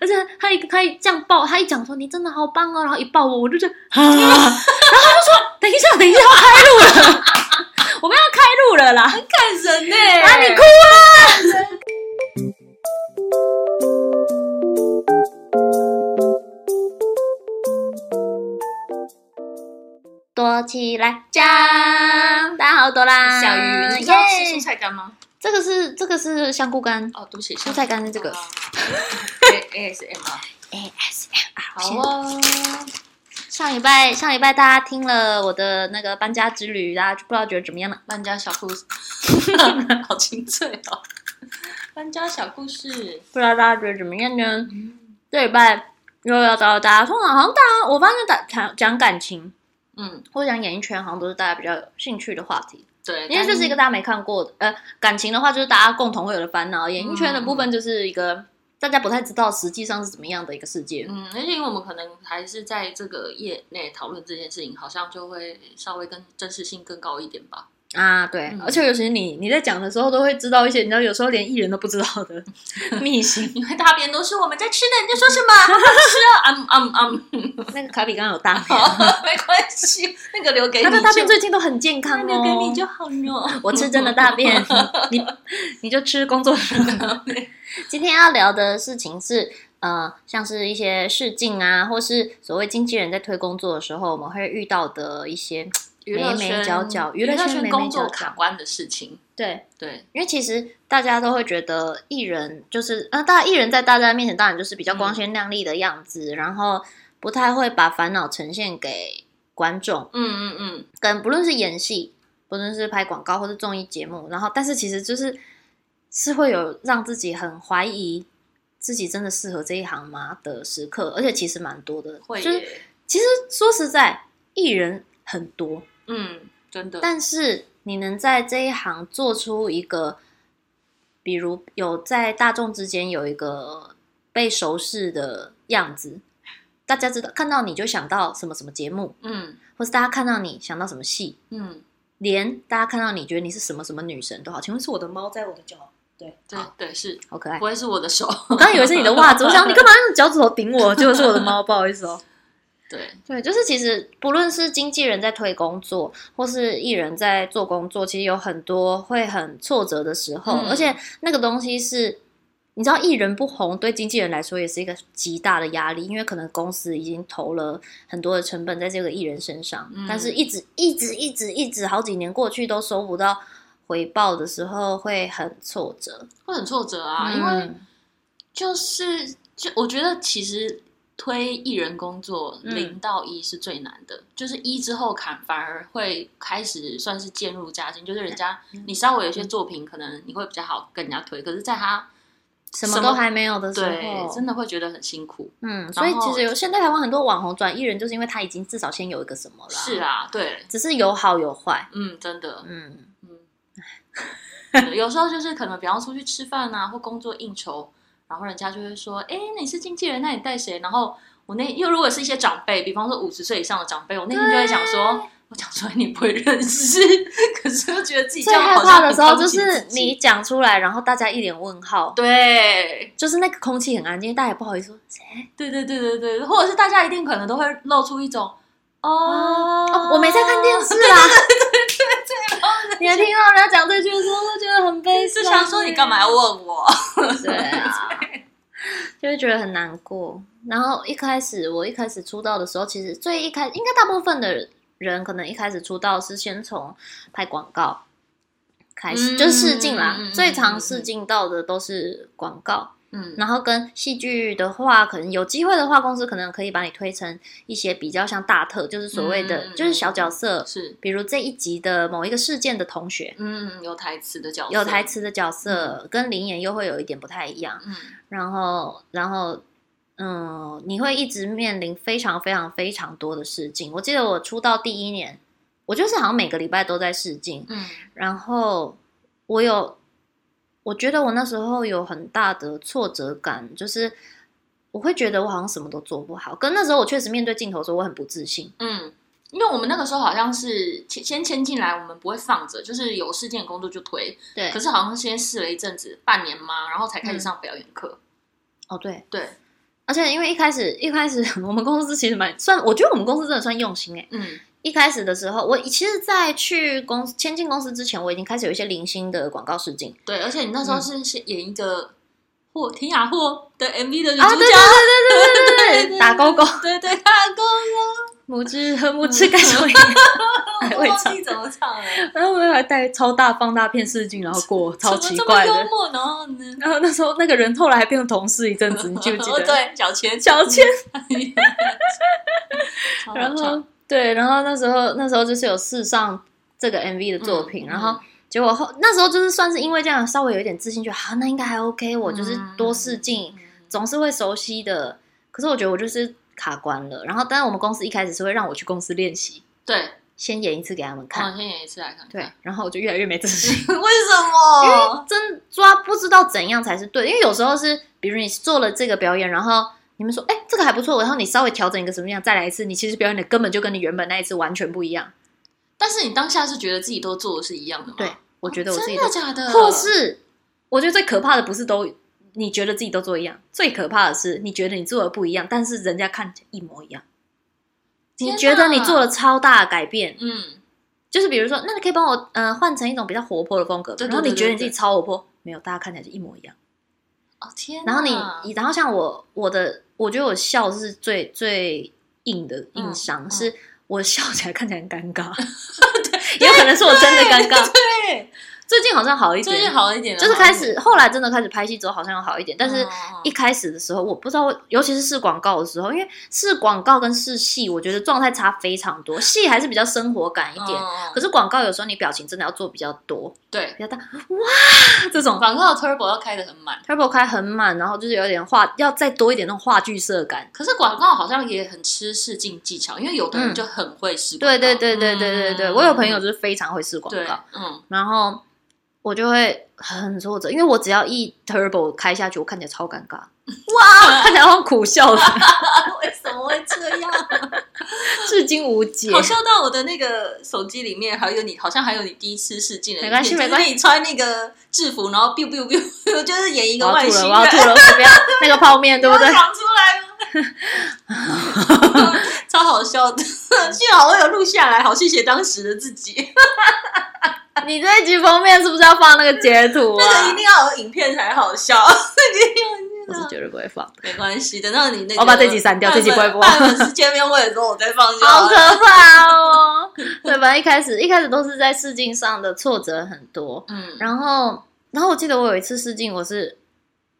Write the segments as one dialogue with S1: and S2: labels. S1: 而且他一他一这样抱，他一讲说你真的好棒哦，然后一抱我，我就觉得，
S2: 啊，
S1: 等一下，等一下要开录了，我们要开录了啦，
S2: 看人呢、
S1: 啊你哭躲起来讲，大家好，朵拉，
S2: 小鱼，你知道吃蔬菜干吗？
S1: 这个是这个是香菇干，
S2: 哦，对不起，
S1: 蔬菜干是这个
S2: 啊。A S M R，
S1: ASMR。
S2: 好哦，
S1: 上礼拜上礼拜大家听了我的那个搬家之旅，大家就不知道觉得怎么样了？
S2: 搬家小故事，好清脆哦。搬家小故事，嗯
S1: 不知道大家觉得怎么样呢？这礼拜又要找大家，通常好像大家我发现大讲讲感情
S2: 嗯，
S1: 或者讲演艺圈，好像都是大家比较有兴趣的话题，
S2: 对，
S1: 因为这是一个大家没看过的。呃，感情的话就是大家共同会有的烦恼，演艺圈的
S2: 嗯
S1: 部分就是一个大家不太知道实际上是怎么样的一个世界。
S2: 嗯，而且因为我们可能还是在这个业内讨论这件事情，好像就会稍微更真实性更高一点吧。
S1: 啊，对，
S2: 嗯
S1: 而且尤其是你你在讲的时候，都会知道一些，你知道有时候连艺人都不知道 的秘辛。
S2: 因为大便都是我们 在吃的，你在说什么？好好吃啊！嗯嗯嗯，
S1: 那个卡比刚刚有大便，
S2: 好，没关系，那个哦留给你
S1: 他
S2: 就，
S1: 的大便最近都很健康
S2: 那留给你
S1: 哦。
S2: 就 好了。
S1: 我吃真的大便，你 你就吃工作上的。 今天要聊的事情是，呃，像是一些试镜啊，或是所谓经纪人在推工作的时候，我们会遇到的一些
S2: 娱乐圈
S1: 眉眉角角
S2: 娱
S1: 娱乐圈
S2: 圈
S1: 眉眉
S2: 工作
S1: 角角
S2: 卡关的事情，
S1: 对
S2: 对，
S1: 因为其实大家都会觉得艺人就是，呃，大家艺人在大家面前当然就是比较光鲜亮丽的样子，然后不太会把烦恼呈现给观众，
S2: 嗯嗯嗯，
S1: 跟不论是演戏，不论是拍广告或是综艺节目，然后但是其实就是是会有让自己很怀疑自己真的适合这一行吗的时刻，而且其实蛮多的，
S2: 会
S1: 就是
S2: 耶，
S1: 其实说实在，艺人很多，
S2: 嗯，真的，
S1: 但是你能在这一行做出一个，比如有在大众之间有一个被熟视的样子，大家知道看到你就想到什么什么节目，
S2: 嗯
S1: 或是大家看到你想到什么戏，
S2: 嗯，
S1: 连大家看到你觉得你是什么什么女神都好。请问是我的猫在我的脚？对，
S2: 对
S1: 好
S2: 对是，
S1: 好可爱
S2: 不。会是我的手，
S1: 哦我刚以为是你的袜子，我想你干嘛用脚趾头顶我？结果是我的猫，不好意思哦。
S2: 对，
S1: 对，就是其实不论是经纪人在推工作，或是艺人在做工作，其实有很多会很挫折的时候，
S2: 嗯
S1: 而且那个东西是，你知道，艺人不红对经纪人来说也是一个极大的压力，因为可能公司已经投了很多的成本在这个艺人身上，
S2: 嗯
S1: 但是一直一直一直一直好几年过去都收不到回报的时候，会很挫折
S2: 会很挫折啊，
S1: 嗯
S2: 因为就是就我觉得其实推艺人工作
S1: 嗯
S2: 零到一是最难的，就是一之后砍反而会开始算是渐入佳境，就是人家
S1: 嗯
S2: 你稍微有一些作品可能你会比较好跟人家推，可是在他
S1: 什么
S2: 什
S1: 都
S2: 么
S1: 还没有的时候，
S2: 对真的会觉得很辛苦。
S1: 嗯，所以
S2: 然
S1: 其
S2: 后
S1: 实有现在台湾很多网红转艺人，就是因为他已经至少先有一个什么了，
S2: 是，啊，对，
S1: 只是有好有坏，
S2: 嗯，真的，
S1: 嗯，
S2: 嗯，对有时候就是可能比方出去吃饭啊，或工作应酬，然后人家就会说，哎，你是经纪人，那你带谁？然后我那又如果是一些长辈，比方说五十岁以上的长辈，我那天就会想说。我讲出来你不会认识， 可是又觉得自己这
S1: 最
S2: 样
S1: 害
S2: 好
S1: 怕
S2: 像
S1: 的
S2: 很
S1: 时候
S2: 看不
S1: 就
S2: 起
S1: 是
S2: 自己
S1: 你讲出来，然后大家一脸问号，
S2: 对
S1: 就是那个空气很安静，大家也不好意思说谁
S2: 对对对对对，或者是大家一定可能都会露出一种哦
S1: 哦，我没在看电视啦， 对对对对，你还听到人家讲这句的时候，就觉得很悲
S2: 就
S1: 伤，欸
S2: 想说你干嘛要问我？
S1: 对啊，就会觉得很难过。然后一开始我一开始出道的时候，其实最一开应该大部分的人可能一开始出道是先从拍广告开始，
S2: 嗯
S1: 就是试镜啦，
S2: 嗯嗯嗯
S1: 最常试镜到的都是广告。
S2: 嗯
S1: 然后跟戏剧的话，可能有机会的话，公司可能可以把你推成一些比较像大特，就是所谓的、
S2: 嗯嗯嗯
S1: 就是小角色，
S2: 是
S1: 比如这一集的某一个事件的同学。
S2: 嗯有台词的角色，
S1: 有台，词的角色跟灵演又会有一点不太一样，
S2: 嗯
S1: 然后，然后，嗯，你会一直面临非常非常非常多的试镜。我记得我出道第一年，我就是好像每个礼拜都在试镜，
S2: 嗯
S1: 然后我有，我觉得我那时候有很大的挫折感，就是我会觉得我好像什么都做不好。跟那时候我确实面对镜头的时候，我很不自信。
S2: 嗯，因为我们那个时候好像是先先签进来，我们不会放着，就是有事件工作就推，
S1: 对
S2: 可，是好像先试了一阵子，半年嘛，然后才开始上表演课，
S1: 哦对，
S2: 对，
S1: 而且因为一开始一开始 我们公司其实蛮算，我觉得我们公司真的算用心哎、
S2: 嗯
S1: 一开始的时候，我其实，在去公司签进公司之前，我已经开始有一些零星的广告试镜
S2: 对，而且你那时候是是演一个霍田雅霍的 MV 的女
S1: 啊，
S2: 主
S1: 对对
S2: 角，
S1: 对对对对对，打勾勾，
S2: 对对打勾勾，
S1: 拇 指和拇指该手一样，还
S2: 我
S1: 会
S2: 忘
S1: 唱
S2: 记怎么唱了，
S1: 然后我还带超大放大片试镜，然后过，超
S2: 怎
S1: 奇
S2: 么这么
S1: 怪
S2: 幽
S1: 的。
S2: 默，然后呢？
S1: 然后那时候那个人后来还变成同事一阵子，你记不 记得？
S2: 对，小千，
S1: 小千，
S2: 超好
S1: 然
S2: 唱
S1: 后对，然后那时候那时候就是有试上这个 MV 的作品，
S2: 嗯
S1: 然后结果后那时候就是算是因为这样稍微有一点自信，觉得啊那应该还 OK，我就是
S2: 嗯
S1: 多试镜，总是会熟悉的。可是我觉得我就是卡关了。然后，当然我们公司一开始是会让我去公司练习，
S2: 对，
S1: 先演一次给他们看，
S2: 我先演一次来看看。
S1: 对，然后我就越来越没自信。
S2: 为什么？
S1: 真抓不知道怎样才是对，因为有时候是，比如你做了这个表演，然后你们说，哎、这个还不错，然后你稍微调整一个什么样，再来一次，你其实表演的根本就跟你原本那一次完全不一样。
S2: 但是你当下是觉得自己都做的是一样的吗？
S1: 对，我觉得我自己
S2: 哦真
S1: 都
S2: 的，假的？
S1: 或是我觉得最可怕的不是都你觉得自己都做一样，最可怕的是你觉得你做的不一样，但是人家看起来一模一样。
S2: 天
S1: 你
S2: 哪
S1: 觉得你做了超大的改变，
S2: 嗯，
S1: 就是比如说，那你可以帮我呃换成一种比较活泼的风格，
S2: 对对
S1: 然后你
S2: 对对
S1: 觉得你自
S2: 对
S1: 己超活泼，没有，大家看起来就一模一样。
S2: 哦天哪，
S1: 然后你，然后像我，我的，我觉得我笑是最最硬的硬伤，
S2: 嗯
S1: 是我笑起来看起来很尴尬， 也有可能是我真的尴尬。
S2: 对，
S1: 最近好像好一点，
S2: 最近好一点了，
S1: 就是开始，后来真的开始拍戏之后好像有好一点，但是
S2: 嗯嗯嗯
S1: 一开始的时候我不知道为，尤其是试广告的时候，因为试广告跟试戏，我觉得状态差非常多，戏还是比较生活感一点。
S2: 嗯嗯
S1: 可是广告有时候你表情真的要做比较多，
S2: 对
S1: 比较大，哇，这种
S2: 广告的 turbo 要开的很满，
S1: turbo 开很满，然后就是有点话要再多一点那种话剧色感。
S2: 可是广告好像也很吃试镜技巧，因为有的人就很会试广告。
S1: 对嗯对对对对对对，
S2: 嗯
S1: 我有朋友就是非常会试广
S2: 对
S1: 告，，
S2: 嗯，
S1: 然后我就会很挫折，因为我只要一 turbo 开下去，我看起来超尴 尬，哇，看起来好像苦笑的，
S2: 为什么会这样？
S1: 至今无解。
S2: 好笑到我的那个手机里面还有你，好像还有你第一次试镜的影
S1: 没
S2: 片，
S1: 关系没关
S2: 系。你穿那个制服，然后 biu biu biu，就是 演一
S1: 我要
S2: 个外
S1: 吐
S2: 星
S1: 了，我
S2: 人，
S1: 要 吐了，我不要那个泡面，对不对
S2: 要？讲出来吗？ 超好笑的， 幸好我有录下来，好谢谢当时的自己。
S1: 你这一集封面是不是要放那个截图
S2: 那个一
S1: 啊？
S2: 定要有影片才好笑，
S1: 我是绝对不会放，
S2: 没关系，等到你那个
S1: 我把这集删掉这集不会播
S2: 半粉丝见面会的时候我再放就
S1: 好
S2: 好
S1: 可
S2: 了。
S1: 怕哦！对吧？一开始一开始都是在试镜上的挫折很多，
S2: 嗯，
S1: 然后，然后我记得我有一次试镜，我是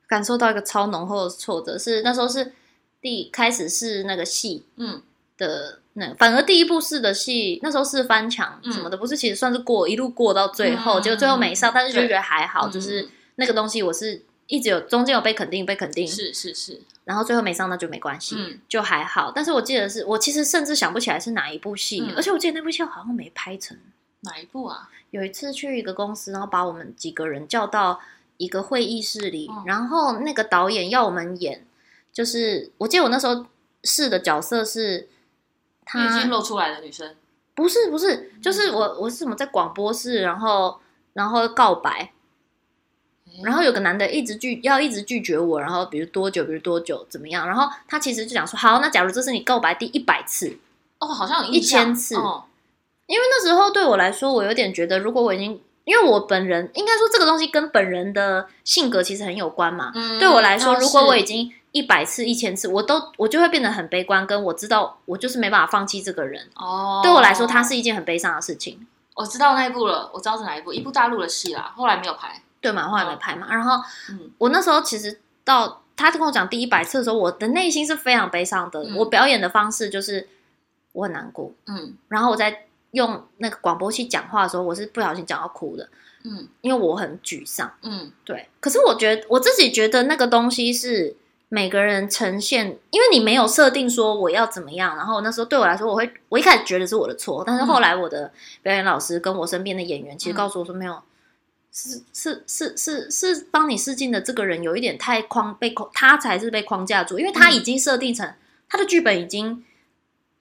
S1: 感受到一个超浓厚的挫折，是那时候是第开始是那个戏
S2: 嗯
S1: 的那，反而第一部试的戏，那时候是翻墙
S2: 嗯
S1: 什么的，不是其实算是过一路过到最后，
S2: 嗯
S1: 结果最后没上，但是就
S2: 对
S1: 觉得还好，
S2: 嗯
S1: 就是那个东西我是一直有中间有被肯定被肯定，
S2: 嗯是是是，
S1: 然后最后没上那就没关系。
S2: 嗯
S1: 就还好，但是我记得是我其实甚至想不起来是哪一部戏，
S2: 嗯
S1: 而且我记得那部戏我好像没拍成，
S2: 哪一部啊？
S1: 有一次去一个公司，然后把我们几个人叫到一个会议室里，
S2: 嗯
S1: 然后那个导演要我们演，就是我记得我那时候试的角色是
S2: 你已经
S1: 他，
S2: 露出来的女生，
S1: 不是不是，就是我我是什么在广播室，然后然后告白，
S2: 嗯
S1: 然后有个男的一直拒要一直拒绝我，然后比如多久，比如多久怎么样，然后他其实就讲说，好，那假如这是你告白第一百次，
S2: 哦，好像有印象
S1: 一千次
S2: 哦
S1: 因为那时候对我来说，我有点觉得，如果我已经，因为我本人应该说这个东西跟本人的性格其实很有关嘛。
S2: 嗯
S1: 对我来说，
S2: 倒是
S1: 如果我已经一百次、一千次，我都我就会变得很悲观，跟我知道我就是没办法放弃这个人。
S2: 哦，
S1: 对我来说，它是一件很悲伤的事情，
S2: 我知道那一部了，我知道是哪一部，一部大陆的戏啦，后来没有拍。
S1: 对嘛？后来没拍嘛。然后
S2: 嗯
S1: 我那时候其实到他跟我讲第一百次的时候，我的内心是非常悲伤的。
S2: 嗯
S1: 我表演的方式就是我很难过，
S2: 嗯
S1: 然后我在用那个广播器讲话的时候，我是不小心讲到哭的，
S2: 嗯
S1: 因为我很沮丧。
S2: 嗯，
S1: 对，可是我觉得我自己觉得那个东西是每个人呈现，因为你没有设定说我要怎么样。然后那时候对我来说，我会我一开始觉得是我的错，但是后来我的表演老师跟我身边的演员其实告诉我说，没有，是是是是是帮你试镜的这个人有一点太框被框，他才是被框架住，因为他已经设定成、他的剧本已经，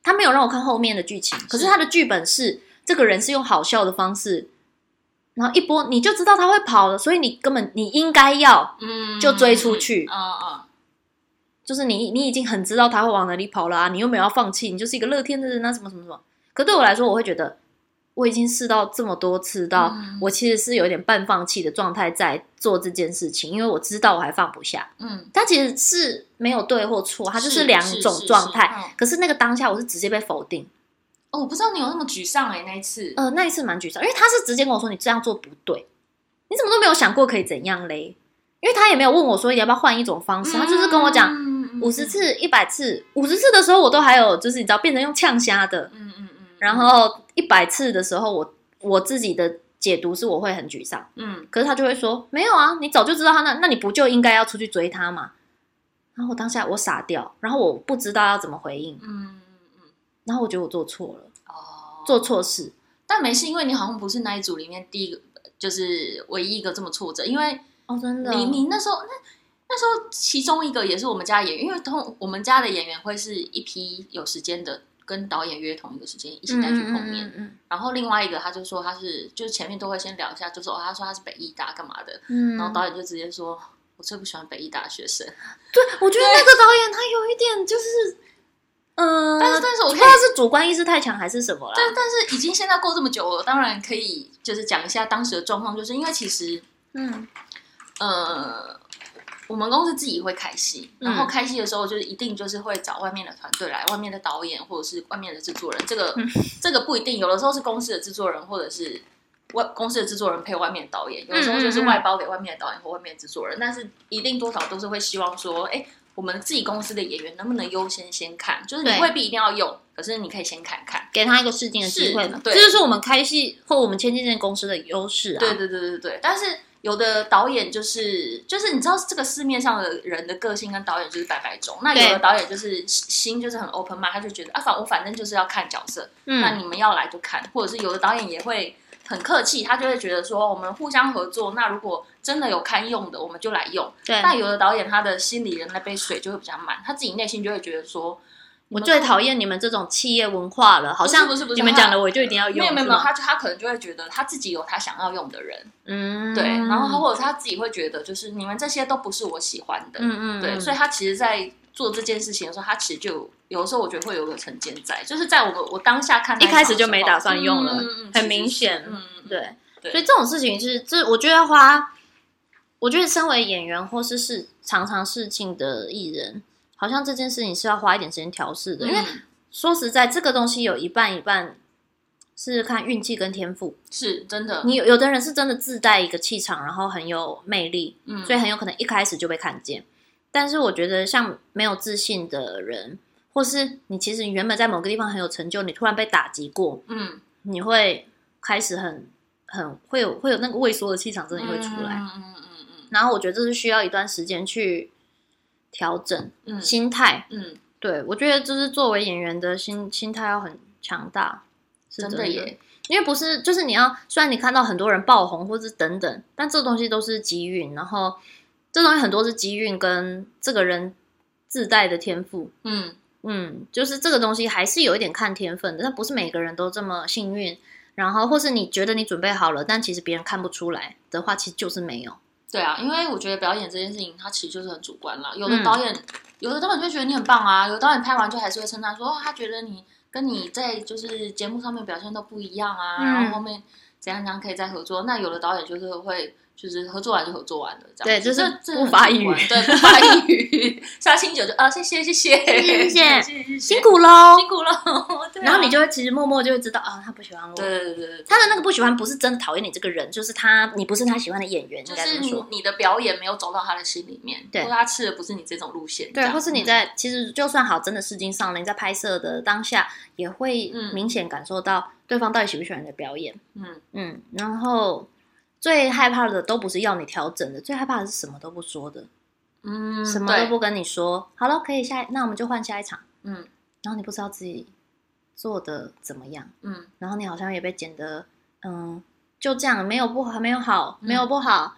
S1: 他没有让我看后面的剧情，可是他的剧本是这个人是用好笑的方式。然后一播你就知道他会跑了，所以你根本你应该要
S2: 嗯
S1: 就追出去
S2: 嗯嗯，
S1: 就是你你已经很知道他会往哪里跑啦、你又没有要放弃，你就是一个乐天的人啊，什么什么什么。可对我来说，我会觉得我已经试到这么多次到，
S2: 嗯
S1: 我其实是有点半放弃的状态在做这件事情，因为我知道我还放不下。
S2: 嗯，
S1: 它其实是没有对或错，它就是两
S2: 是
S1: 种
S2: 是
S1: 状态。
S2: 是嗯
S1: 可是那个当下，我是直接被否定。
S2: 哦，我不知道你有那么沮丧哎、那一次，
S1: 呃，那一次蛮沮丧，因为他是直接跟我说你这样做不对，你怎么都没有想过可以怎样嘞？因为他也没有问我说要不要换一种方式，他就是跟我讲
S2: 讲
S1: 五十，次、一百次、五十次的时候，我都还有就是你知道变成用呛虾的，
S2: 嗯嗯嗯，
S1: 然后一百次的时候我，我自己的解读是我会很沮丧，
S2: 嗯，
S1: 可是他就会说没有啊，你早就知道他那，那你不就应该要出去追他嘛？然后我当下我傻掉，然后我不知道要怎么回应
S2: 嗯，嗯嗯，
S1: 然后我觉得我做错了，
S2: 哦，
S1: 做错事，
S2: 但没事，因为你好像不是那一组里面第一个，就是唯一一个这么挫折，因为
S1: 哦，真的，
S2: 你你那时候那那时候其中一个也是我们家演员，因为通我们家的演员会是一批有时间的，跟导演约同一个时间一起带去碰
S1: 嗯嗯嗯
S2: 面。
S1: 嗯嗯
S2: 然后另外一个他就说他是，就是前面都会先聊一下，就说哦，他说他是北艺大干嘛的，
S1: 嗯，
S2: 然后导演就直接说。我最不喜欢北艺大的学生，
S1: 对，我觉得那个导演他有一点就是，嗯、
S2: 但是但是我
S1: 我
S2: 可
S1: 不
S2: 以
S1: 知道是主观意识太强还是什么啦。
S2: 但但是已经现在过这么久了，我当然可以就是讲一下当时的状况，就是因为其实
S1: 嗯
S2: 呃，我们公司自己会开戏，
S1: 嗯
S2: 然后开戏的时候就是一定就是会找外面的团队来，外面的导演或者是外面的制作人，这个、
S1: 嗯
S2: 这个不一定，有的时候是公司的制作人或者是。外公司的制作人配外面的导演，有的时候就是
S1: 嗯嗯嗯
S2: 外包给外面的导演或外面的制作人，但是一定多少都是会希望说，哎、我们自己公司的演员能不能优先先看？就是你
S1: 对
S2: 未必一定要用，可是你可以先看看。
S1: 给他一个试镜的机会嘛
S2: 是，
S1: 这
S2: 对
S1: 就是我们开戏或我们签这间公司的优势啊。
S2: 对对对对对，但是有的导演就是就是你知道这个市面上的人的个性跟导演就是百百种，那有
S1: 对
S2: 的导演就是心就是很 open mind，他就觉得啊反我反正就是要看角色，那
S1: 嗯，
S2: 你们要来就看，或者是有的导演也会很客气，他就会觉得说我们互相合作，那如果真的有堪用的我们就来用，
S1: 对，
S2: 但有的导演他的心里的那杯水就会比较满，他自己内心就会觉得说。
S1: 我
S2: 你们
S1: 最讨厌你们这种企业文化了，好像
S2: 不是不是
S1: 你们
S2: 他
S1: 讲的我就一定要用，
S2: 没有没有
S1: 是
S2: 没有，
S1: 吗
S2: 他就他可能就会觉得他自己有他想要用的人，
S1: 嗯，
S2: 对，然后他或者他自己会觉得，就是你们这些都不是我喜欢的，
S1: 嗯嗯，
S2: 对，
S1: 嗯
S2: 所以他其实，在做这件事情的时候，他其实就有有的时候我觉得会有个成见在，就是在我我当下看那
S1: 一开始
S2: 场的
S1: 就
S2: 时
S1: 没
S2: 候
S1: 打算用了
S2: 嗯嗯嗯
S1: 很
S2: 其实
S1: 明
S2: 是
S1: 显
S2: 嗯嗯，嗯
S1: 对，
S2: 对
S1: 所以这种事情是，这我觉得要花，我觉得身为演员或是是常常试镜的艺人，好像这件事情是要花一点时间调试的，因为
S2: 嗯
S1: 说实在，这个东西有一半一半是看运气跟天赋。
S2: 是真的，
S1: 你有有的人是真的自带一个气场，然后很有魅力，
S2: 嗯，
S1: 所以很有可能一开始就被看见。但是我觉得，像没有自信的人，或是你其实原本在某个地方很有成就，你突然被打击过，
S2: 嗯，
S1: 你会开始很很会有会有那个畏缩的气场，真的会出来。
S2: 嗯嗯嗯嗯
S1: 然后我觉得这是需要一段时间去调整、
S2: 嗯嗯
S1: 心态。
S2: 嗯，
S1: 对我觉得就是作为演员的心心态要很强大，是
S2: 真
S1: 的
S2: 的耶，
S1: 因为不是就是你要，虽然你看到很多人爆红或是等等，但这东西都是机运，然后这东西很多是机运跟这个人自带的天赋。
S2: 嗯
S1: 嗯，就是这个东西还是有一点看天分的，但不是每个人都这么幸运。然后，或是你觉得你准备好了，但其实别人看不出来的话，其实就是没有。
S2: 对啊，因为我觉得表演这件事情，它其实就是很主观啦。有
S1: 嗯
S2: 的导演，有的导演就觉得你很棒啊，有的导演拍完就还是会称赞说，哦，他觉得你跟你在就是节目上面表现都不一样啊，
S1: 嗯
S2: 然后后面怎样怎样可以再合作。那有的导演就是会。就是合作完就合作完了，这样
S1: 对就是
S2: 这这
S1: 不发一语
S2: 很主 观对，不发一语。杀青酒就啊，谢谢谢谢
S1: 谢谢
S2: 谢
S1: 辛苦喽。
S2: 辛苦了。对啊
S1: 然后你就会其实默默就会知道啊，他不喜欢我。
S2: 对对对对，对
S1: 他的那个不喜欢不是真的讨厌你这个人，就是他你不是他喜欢的演员，
S2: 就
S1: 应该这
S2: 是
S1: 么
S2: 你
S1: 说。
S2: 你的表演没有走到他的心里面，
S1: 对
S2: 或者他吃的不是你这种路线，这
S1: 对，啊
S2: 样
S1: 或是你
S2: 嗯
S1: 在其实就算好真的试镜上了，你在拍摄的当下也会
S2: 嗯
S1: 明显感受到对方到底喜不喜欢你的表演。
S2: 嗯
S1: 嗯，然后最害怕的都不是要你调整的，最害怕的是什么都不说的。
S2: 嗯
S1: 什么都
S2: 对
S1: 不跟你说，好了，可以下一，那我们就换下一场。
S2: 嗯
S1: 然后你不知道自己做的怎么样，
S2: 嗯
S1: 然后你好像也被剪得，嗯，就这样，没有不好，没有好，
S2: 嗯
S1: 没有不好，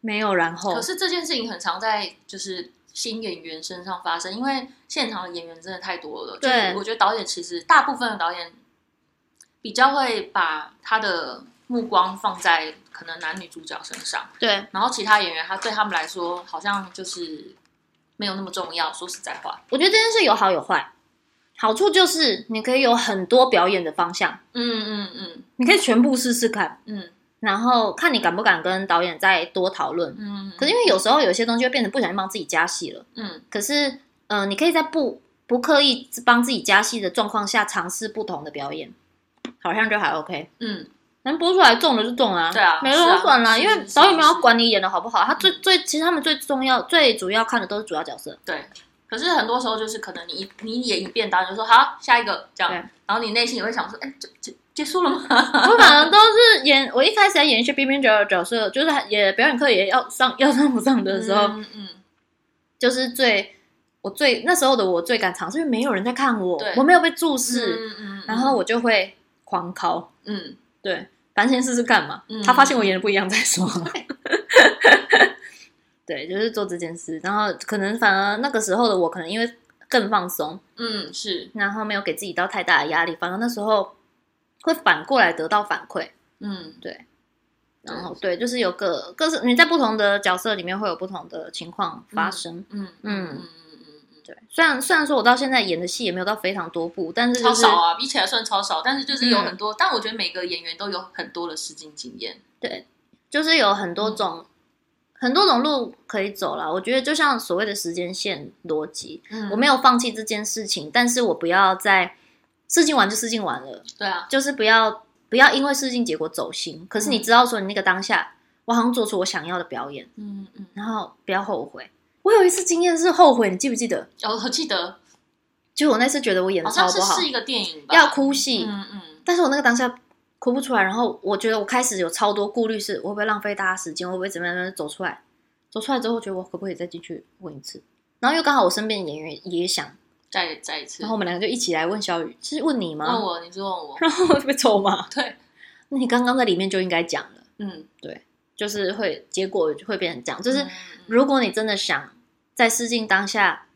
S1: 没有然后
S2: 可。是这件事情很常在就是新演员身上发生，因为现场的演员真的太多了。
S1: 对
S2: 就是我觉得导演其实大部分的导演比较会把他的目光放在可能男女主角身上，
S1: 对，
S2: 然后其他演员他对他们来说好像就是没有那么重要。说实在话，
S1: 我觉得这件事有好有坏，好处就是你可以有很多表演的方向，
S2: 嗯嗯
S1: 你可以全部试试看，
S2: 嗯嗯
S1: 然后看你敢不敢跟导演再多讨论。
S2: 嗯，
S1: 可是因为有时候有些东西会变成不小心帮自己加戏了，
S2: 嗯
S1: 可是呃，你可以在不不刻意帮自己加戏的状况下尝试不同的表演，好像就还 OK。
S2: 嗯
S1: 能播出来中了就中了、
S2: 对啊
S1: 没中就是
S2: 啊
S1: 算了、
S2: 是
S1: 因为
S2: 是是
S1: 导演没有
S2: 是
S1: 管你演的好不好，他最最其实他们最重要、最主要看的都是主要角色。
S2: 对。可是很多时候就是可能你一你演一遍，导演就说好下一个这样
S1: 对，
S2: 然后你内心也会想说，哎，结结结束 了吗？
S1: 我反正都是演，我一开始在演一些边边角角的角色，就是也表演课也要上要上不上的时候，
S2: 嗯嗯，
S1: 就是最我最那时候的我最敢尝试，因为没有人在看我
S2: 对，
S1: 我没有被注视，
S2: 嗯嗯，
S1: 然后我就会狂考，
S2: 嗯
S1: 对，反正先试试干嘛。
S2: 嗯
S1: 他发现我演的不一样再说。 对，就是做这件事，然后可能反而那个时候的我，可能因为更放松，
S2: 嗯是
S1: 然后没有给自己到太大的压力，反而那时候会反过来得到反馈。
S2: 嗯
S1: 然后对，就是有各各是你在不同的角色里面会有不同的情况发生。
S2: 嗯嗯嗯嗯嗯。
S1: 对，虽然虽然说我到现在演的戏也没有到非常多部，但是、就
S2: 超
S1: 是、
S2: 少啊，比起来算超少，但是就是有
S1: 嗯
S2: 很多，但我觉得每个演员都有很多的试镜经验。
S1: 对，就是有很多种、很多种路可以走啦。我觉得就像所谓的时间线逻辑，
S2: 嗯
S1: 我没有放弃这件事情，但是我不要再事情完就事情完了，
S2: 对啊，
S1: 就是不要不要因为事情结果走心。可是你
S2: 嗯
S1: 知道说你那个当下，我好像做出我想要的表演，
S2: 嗯嗯，
S1: 然后不要后悔。我有一次经验是后悔，你记不记得？
S2: 哦，我记得
S1: 就我那次觉得我演
S2: 好
S1: 的
S2: 像
S1: 超
S2: 是
S1: 不好
S2: 是，一个电影吧，
S1: 要哭戏，
S2: 嗯嗯
S1: 但是我那个当下哭不出来，然后我觉得我开始有超多顾虑，是我会不会浪费大家时间，我会不会怎么样怎么样走出来？走出来之后，觉得我可不可以再进去问一次？然后又刚好我身边的演员也想，
S2: 再再一次
S1: 然后我们两个就一起来问小雨，是问你吗？
S2: 问嗯我，你是问我，
S1: 然后我就被抽嘛。
S2: 对，
S1: 那你刚刚在里面就应该讲了，
S2: 嗯，
S1: 就是会结果会变成这样。就是
S2: 嗯
S1: 如果你真的想在试镜当下，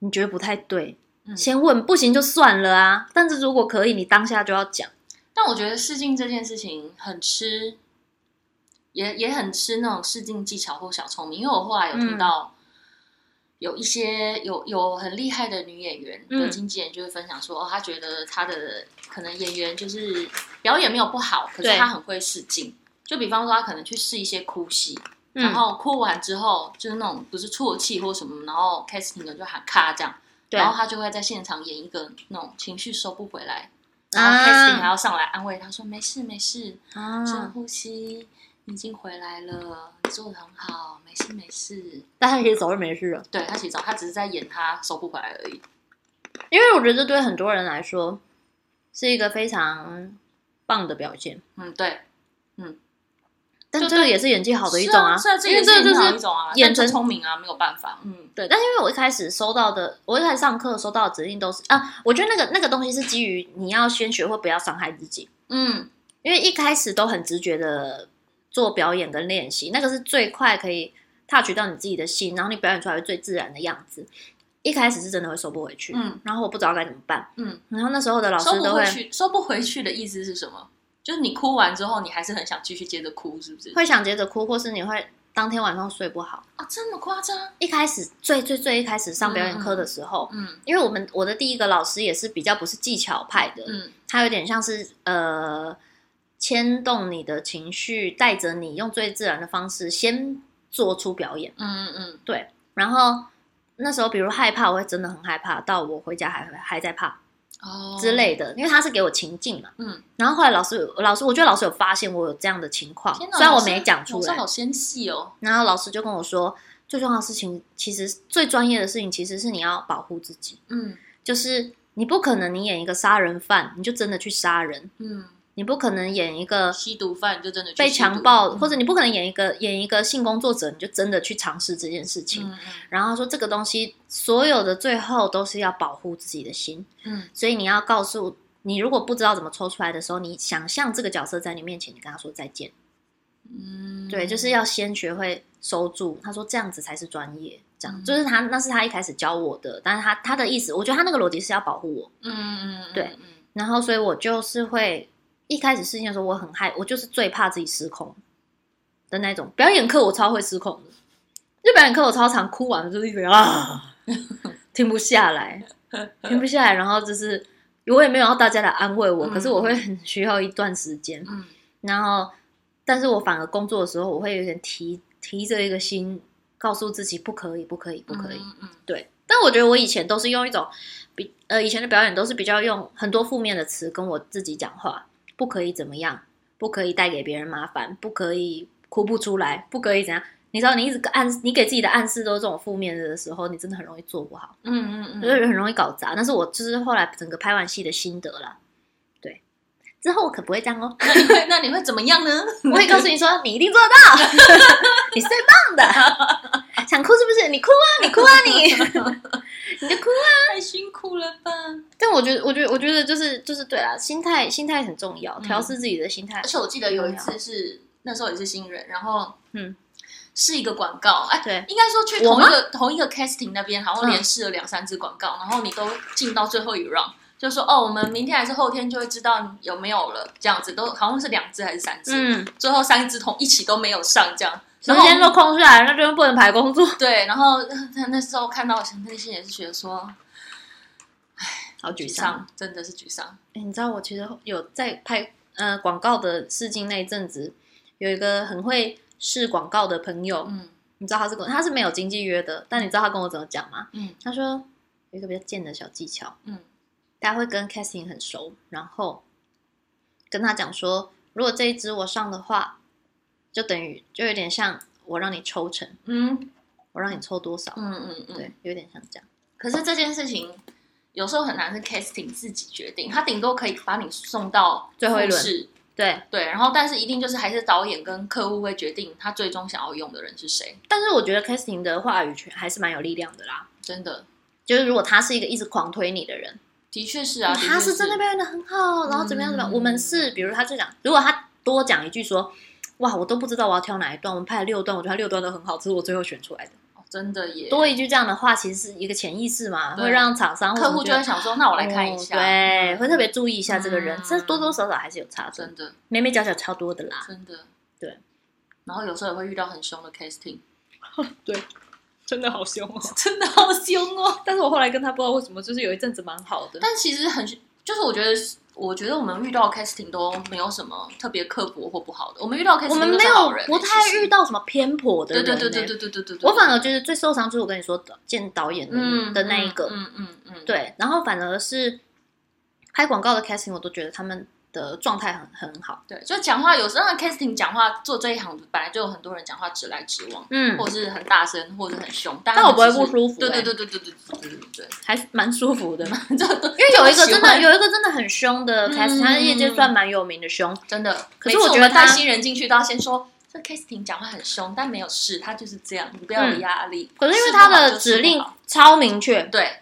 S1: 你觉得不太对，
S2: 嗯
S1: 先问不行就算了啊。但是如果可以，你当下就要讲。
S2: 但我觉得试镜这件事情很吃，也也很吃那种试镜技巧或小聪明。因为我后来有
S1: 嗯
S2: 听到有一些、有有很厉害的女演员的
S1: 嗯
S2: 经纪人就会分享说，哦，她觉得她的可能演员就是表演没有不好，可是
S1: 对
S2: 她很会试镜。就比方说，她可能去试一些哭戏，
S1: 嗯
S2: 然后哭完之后就是那种不是啜泣或什么，然后 casting 的就喊咔这样，
S1: 对
S2: 然后她就会在现场演一个那种情绪收不回来，然后 casting 还
S1: 啊
S2: 要上来安慰他说：“没事没事，深
S1: 啊！
S2: 呼吸，你已经回来了，你做的很好，没事没事。
S1: 但他其实早就没事了”，
S2: 对他其实早他只是在演他收不回来而已。
S1: 因为我觉得这对很多人来说是一个非常棒的表现，
S2: 嗯，对，
S1: 但
S2: 就
S1: 这个也是演技好的一种
S2: 是啊，是
S1: 因为
S2: 也
S1: 这
S2: 是
S1: 个就
S2: 很好的
S1: 是
S2: 一种啊，
S1: 眼
S2: 但就
S1: 神
S2: 聪明啊，没有办法。嗯
S1: 对，但是因为我一开始收到的，我一开始上课收到的指令都是啊，我觉得那个那个东西是基于你要先学会不要伤害自己，
S2: 嗯
S1: 因为一开始都很直觉的做表演跟练习，那个是最快可以 touch 到你自己的心，然后你表演出来会最自然的样子。一开始是真的会收不回去，
S2: 嗯
S1: 然后我不知道该怎么办，
S2: 嗯，
S1: 然后那时候的老
S2: 收
S1: 师
S2: 不
S1: 都会
S2: 回去，收不回去的意思是什么？就是你哭完之后，你还是很想继续接着哭，是不是？
S1: 会想接着哭，或是你会当天晚上睡不好。
S2: 啊，这么夸张？
S1: 一开始最最最一开始上表演课的时候，
S2: 嗯
S1: 因为我们我的第一个老师也是比较不是技巧派的，
S2: 嗯
S1: 他有点像是呃牵动你的情绪，带着你用最自然的方式先做出表演。
S2: 嗯嗯
S1: 对，然后那时候比如害怕，我会真的很害怕，到我回家还还在怕
S2: 嗯，哦
S1: 之，类的，因为他是给我情境嘛。
S2: 嗯，
S1: 然后后来老师老师，我觉得老师有发现我有这样的情况，
S2: 天
S1: 虽
S2: 哪，
S1: 然我
S2: 老师
S1: 没讲出
S2: 老师
S1: 来，
S2: 好纤细哦，
S1: 然后老师就跟我说，最重要的事情，其实最专业的事情，其实是你要保护自己，
S2: 嗯
S1: 就是你不可能你演一个杀人犯，你就真的去杀人；
S2: 嗯。
S1: 你不可能演一个
S2: 吸毒犯你就真的去
S1: 被
S2: 吸
S1: 强
S2: 毒
S1: 暴，
S2: 嗯
S1: 或者你不可能演一个演一个性工作者，你就真的去尝试这件事情。
S2: 嗯
S1: 然后他说这个东西，所有的最后都是要保护自己的心，
S2: 嗯
S1: 所以你要告诉你，如果不知道怎么抽出来的时候，你想象这个角色在你面前，你跟他说再见。
S2: 嗯，
S1: 对，就是要先学会收住。他说这样子才是专业，这样、
S2: 嗯
S1: 就是他那是他一开始教我的，但是他他的意思，我觉得他那个逻辑是要保护我，
S2: 嗯嗯嗯，
S1: 对
S2: 嗯，嗯
S1: 然后所以我就是会一开始试镜的时候，我很害，我就是最怕自己失控的那种。表演课我超会失控的，日本人课我超常哭完就是一直啊， 停不下来，停不下来，然后就是我也没有要大家来安慰我，
S2: 嗯
S1: 可是我会很需要一段时间，
S2: 嗯，
S1: 然后但是我反而工作的时候，我会有点提提着一个心，告诉自己不可以，不可以，不可以，
S2: 嗯，嗯，
S1: 对，但我觉得我以前都是用一种比呃以前的表演都是比较用很多负面的词跟我自己讲话，不可以怎么样，不可以带给别人麻烦，不可以哭不出来，不可以怎样。你知道，你一直暗你给自己的暗示都是这种负面的的时候，你真的很容易做不好，
S2: 嗯嗯嗯，
S1: 就是很容易搞砸。但是我就是后来整个拍完戏的心得啦，对，之后我可不会这样哦，
S2: 那你嗯 会那你会怎么样呢？
S1: 我会告诉你说，你一定做得到， 你最棒的。 想哭是不是？你哭啊，你哭啊，你，你就哭啊。
S2: 太辛苦了吧？
S1: 但我觉得，我觉得，我觉得就是就是对啦，心态心态很重要，
S2: 嗯
S1: 调试自己的心态
S2: 而。且我记得有一次是那时候也是新人，然后
S1: 啊嗯，
S2: 是一个广告，哎，
S1: 对，
S2: 应该说去
S1: 我
S2: 同一
S1: 吗
S2: 个同一个 casting 那边，好像
S1: 嗯
S2: 连试了两三支广告，然后你都进到最后一 round，就说哦，我们明天还是后天就会知道你有没有了，这样子都好像是两支还是三支，
S1: 嗯，
S2: 最后三支同一起都没有上，这样，
S1: 时
S2: 然后
S1: 间都空下来，那就不能排工作，
S2: 对，然后那那时候看到，内心也是觉得说
S1: 好沮
S2: 沮
S1: 丧。
S2: 丧，真的是沮丧，
S1: 哎你知道我其实有在拍呃广告的试镜那一阵子，有一个很会试广告的朋友，
S2: 嗯
S1: 你知道他是跟他是没有经纪约的，但你知道他跟我怎么讲吗？
S2: 嗯
S1: 他说有一个比较贱的小技巧，
S2: 嗯
S1: 大家会跟 casting 很熟，然后跟他讲说，如果这一支我上的话，就等于就有点像我让你抽成，
S2: 嗯
S1: 我让你抽多少，
S2: 嗯嗯嗯，
S1: 对，有点像这样。
S2: 可是这件事情有时候很难是 casting 自己决定，他顶多可以把你送到
S1: 最后一轮
S2: 复试
S1: 对，
S2: 对，然后但是一定就是还是导演跟客户会决定他最终想要用的人是谁，
S1: 但是我觉得 casting 的话语权还是蛮有力量的啦。
S2: 真的，
S1: 就是如果他是一个一直狂推你的人，
S2: 的确是啊，的确
S1: 他嗯是真的表演的很好，然后怎么样怎么样，
S2: 嗯
S1: 我们是比如他就讲，如果他多讲一句说，哇，我都不知道我要挑哪一段，我们拍了六段，我觉得他六段都很好，这是我最后选出来的。
S2: 哦真的耶，
S1: 多一句这样的话，其实是一个潜意识嘛，
S2: 对
S1: 会让厂商或
S2: 客
S1: 什么
S2: 户
S1: 觉
S2: 就
S1: 得
S2: 会想说，那我来看一下，
S1: 哦对，
S2: 嗯
S1: 会特别注意一下这个人，
S2: 嗯
S1: 这多多少少还是有差的，
S2: 真的
S1: 眉眉角角超多的啦。
S2: 真的
S1: 对，
S2: 然后有时候也会遇到很凶的 casting，
S1: 真的好凶哦！
S2: 真的好凶哦，
S1: 但是我后来跟他不知道为什么，就是有一阵子蛮好的。
S2: 但其实很就是我觉得。我觉得我们遇到 casting 都没有什么特别刻薄或不好的，我们遇到 casting
S1: 我们没
S2: 都是好
S1: 有
S2: 人欸
S1: 不太
S2: 其实
S1: 遇到什么偏颇的
S2: 对
S1: 人、欸
S2: 对对对对对对对对，
S1: 我反而觉得最受伤就是我跟你说的见导演的,、
S2: 嗯
S1: 的那一个，
S2: 嗯嗯嗯，嗯，
S1: 对，然后反而是拍广告的 casting，我都觉得他们的状态很很好。
S2: 对，就讲话有时候 casting 讲话做这一行，本来就有很多人讲话直来直往，
S1: 嗯，
S2: 或者是很大声，或者是很凶，但
S1: 但我不会
S2: 他们
S1: 不
S2: 只是
S1: 舒服、
S2: 对
S1: 欸
S2: 对对对对对对对对
S1: 还蛮舒服 的。
S2: 对，这都
S1: 因为有一个
S2: 喜
S1: 真
S2: 欢
S1: 的有一个真的很凶的 casting，、他是业界
S2: 嗯
S1: 算蛮有名的凶，
S2: 真的。
S1: 可是
S2: 每
S1: 我
S2: 次
S1: 觉
S2: 我
S1: 得
S2: 们带
S1: 他
S2: 新人进去都要先说。这 casting 讲话很凶，但没有事，他就是这样，你不要有
S1: 嗯
S2: 压力。
S1: 可是因为
S2: 试不
S1: 他
S2: 好
S1: 的
S2: 哦就
S1: 指
S2: 试不
S1: 令
S2: 好
S1: 超明确，
S2: 对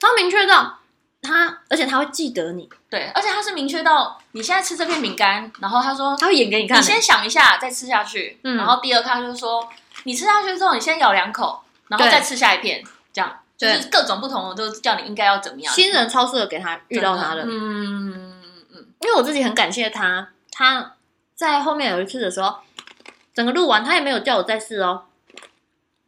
S1: 超明确到他，而且他会记得你，
S2: 对，而且他是明确到你现在吃这片饼干，然后他说
S1: 他会演给你
S2: 你
S1: 看。
S2: 先想一下，再吃下去。
S1: 嗯
S2: 然后第二咖就是说，你吃下去之后，你先咬两口，然后
S1: 对
S2: 再吃下一片，这样就
S1: 对
S2: 是各种不同的都叫你应该要怎么样。
S1: 新人超适合给他遇到他的，
S2: 嗯嗯嗯嗯
S1: 因为我自己很感谢他，他在后面有一次的时候，整个录完他也没有叫我再试哦，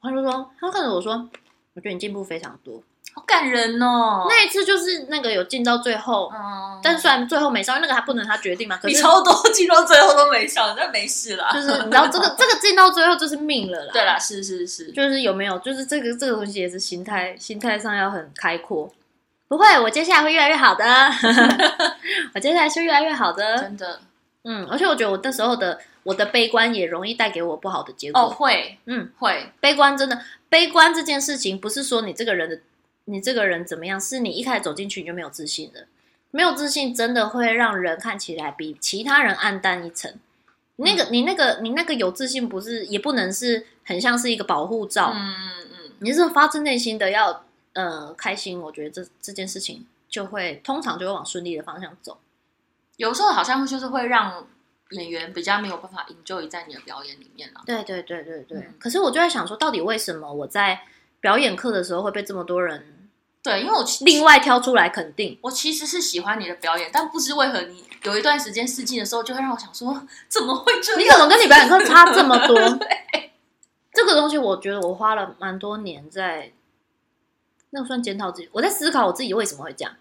S1: 他就说他看着我说，我觉得你进步非常多。
S2: 好感人哦。
S1: 那一次就是那个有进到最后，
S2: 嗯，
S1: 但虽然最后没上，因为那个还不能他决定嘛，可
S2: 你
S1: 是
S2: 超多进到最后都没笑，那没事啦。
S1: 就是你知道这 个这个进到最后就是命了啦。
S2: 对啦，是是是，
S1: 就是有没有，就是这个这个东西也是心态，心态上要很开阔。不会，我接下来会越来越好的， 我接下来是越来越好的。
S2: 真的
S1: 嗯，而且我觉得我那时候的我的悲观也容易带给我不好的结果。
S2: 哦，会
S1: 嗯，
S2: 会，
S1: 悲观真的，悲观这件事情不是说你这个人的你这个人怎么样，是你一开始走进去你就没有自信了。没有自信真的会让人看起来比其他人暗淡一层。那
S2: 嗯
S1: 个、你那个、你那个有自信，不是也不能是很像是一个保护罩，
S2: 嗯嗯
S1: 你是发自内心的要呃开心，我觉得这这件事情就会通常就会往顺利的方向走。
S2: 有时候好像就是会让演员比较没有办法 enjoy 在你的表演里面了。
S1: 对对对对对。
S2: 嗯
S1: 可是我就在想说，到底为什么我在表演课的时候会被这么多人
S2: 对，因为我其
S1: 另外挑出来肯定？
S2: 我其实是喜欢你的表演，但不知为何你有一段时间试镜的时候，就会让我想说，怎么会这
S1: 你
S2: 样？
S1: 怎么跟你表演课差这么多？这个东西我觉得我花了蛮多年在，那个算检讨自己，我在思考我自己为什么会这样，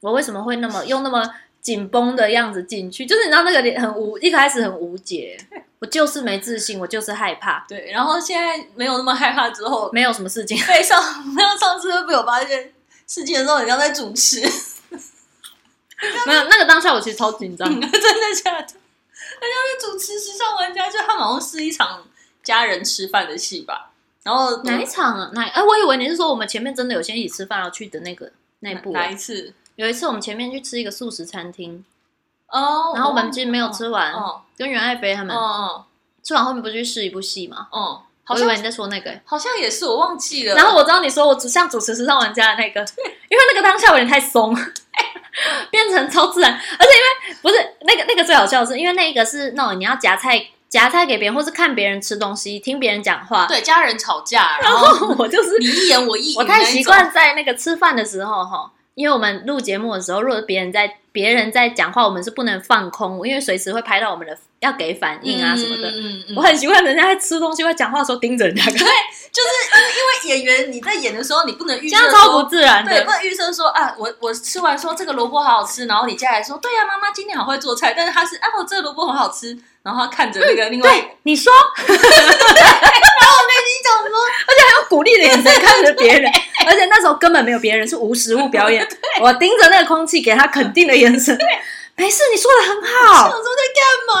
S1: 我为什么会那么用那么紧绷的样子进去，就是你知道那个很无，一开始很无解，我就是没自信，我就是害怕，
S2: 对，然后现在没有那么害怕之后，
S1: 没有什么事情，
S2: 被上，像上次被我发现事情的时候，你像在主持，
S1: 没有那个当下我其实超紧张，
S2: 真的假的？那就是主持时尚玩家，就他好像是一场家人吃饭的戏吧。然后
S1: 哪一场啊？哪？哎、我以为你是说我们前面真的有先一起吃饭然后去的那个那一
S2: 哪
S1: 部、哦
S2: 哪一次？
S1: 有一次我们前面去吃一个素食餐厅，
S2: 哦，
S1: 然后我们其实没有吃完，
S2: 哦
S1: 跟袁爱飞他们、
S2: 哦
S1: 吃完后面不是去试一部戏吗？
S2: 哦哦，
S1: 我
S2: 好
S1: 以
S2: 像
S1: 为你在说那个、欸
S2: 好像也是，我忘记了。
S1: 然后我知道你说我主像主持时尚玩家的那 个，因为那个当下我有点太松， 变成超自然，而且因为不是那个那个最好笑的是，因为那个是那种你要夹菜夹菜给别人，或是看别人吃东西，听别人讲话，
S2: 对家人吵 架，然
S1: 然
S2: 后
S1: 后我就是
S2: 你一言我一语，
S1: 我太习。惯在那个吃饭的时候哈，因为我们录节目的时候，如果别人在别人在讲话，我们是不能放空，因为随时会拍到我们的要给反应啊什么的。
S2: 嗯嗯
S1: 我很习惯人家在吃东西或讲话的时候盯着人家看，
S2: 因为演员你在演的时候，你不能 预
S1: 这
S2: 设
S1: 样超不自然
S2: 对，
S1: 的
S2: 不。能预设说啊，我我吃完说这个萝卜好好吃，然后你接下来说对呀、妈妈今天好会做菜，但是他是啊，我这个萝卜很好吃，然后他看着那个另外，
S1: 对，你说
S2: 你讲 说
S1: 用鼓励的眼神看着别人，而且那时候根本没有别人，是无实物表演。我盯着那个空气，给他肯定的眼神。 没事，你说的很
S2: 想
S1: 好，
S2: 说在干嘛？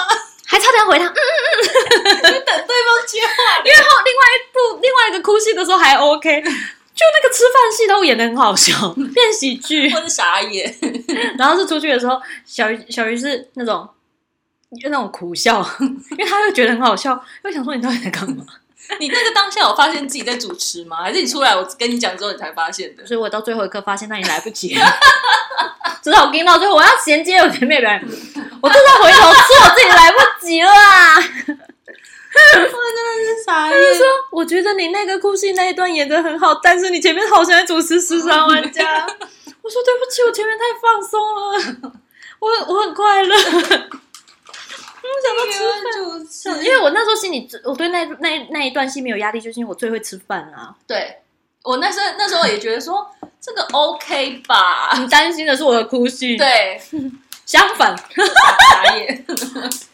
S1: 还差点回他。嗯，
S2: 等对方接话，
S1: 因为后另外一部另外一个哭戏的时候还 OK，就那个吃饭戏都演的很好笑，变喜剧。
S2: 或者傻眼，
S1: 然后是出去的时候，小鱼小鱼是那种就那种苦笑， 因为他又觉得很好笑，又想说你到底在干嘛？
S2: 你那个当下有发现自己在主持吗？还是你出来我跟你讲之后你才发现的？
S1: 所 以我到最后一刻发现，那你来不及了。只好跟到最后，我要衔接我前面表演，我正在回头说我自己来不及了啊！
S2: 真傻
S1: 他
S2: 眼
S1: 说，我觉得你那个故事那一段演的很好，但是你前面好像在主持时尚玩家。 我说对不起，我前面太放松了， 我很我很快乐，
S2: 我想到吃
S1: 因为我那时候心里我对那那那一段戏没有压力，就是因为我最会吃饭啊。
S2: 对。我那时候那时候也觉得说这个 OK 吧，
S1: 你担心的是我的哭戏，，
S2: 对，
S1: 相反，
S2: 傻眼。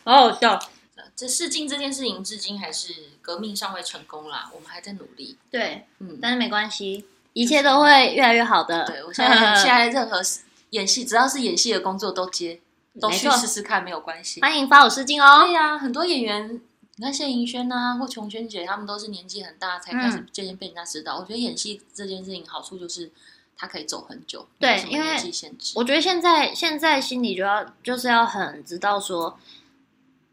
S1: 好好笑。
S2: 这试镜这件事情至今还是革命尚未成功啦，我们还在努力。
S1: 对，
S2: 嗯，
S1: 但是没关系，一切都会越来越好的。
S2: 对 我现 在现在任何演戏，只要是演戏的工作都接，都去
S1: 没错
S2: 试试看，没有关系。
S1: 欢迎发我试镜哦
S2: 对。呀、很多演员，你看谢盈萱啊，或琼轩姐，他们都是年纪很大才开始
S1: 嗯
S2: 渐渐被人家知道。我觉得演戏这件事情好处就是它可以走很久，
S1: 对
S2: 没有什么
S1: 因为
S2: 年纪限制。
S1: 我觉得现在现在心里就要就是要很知道说，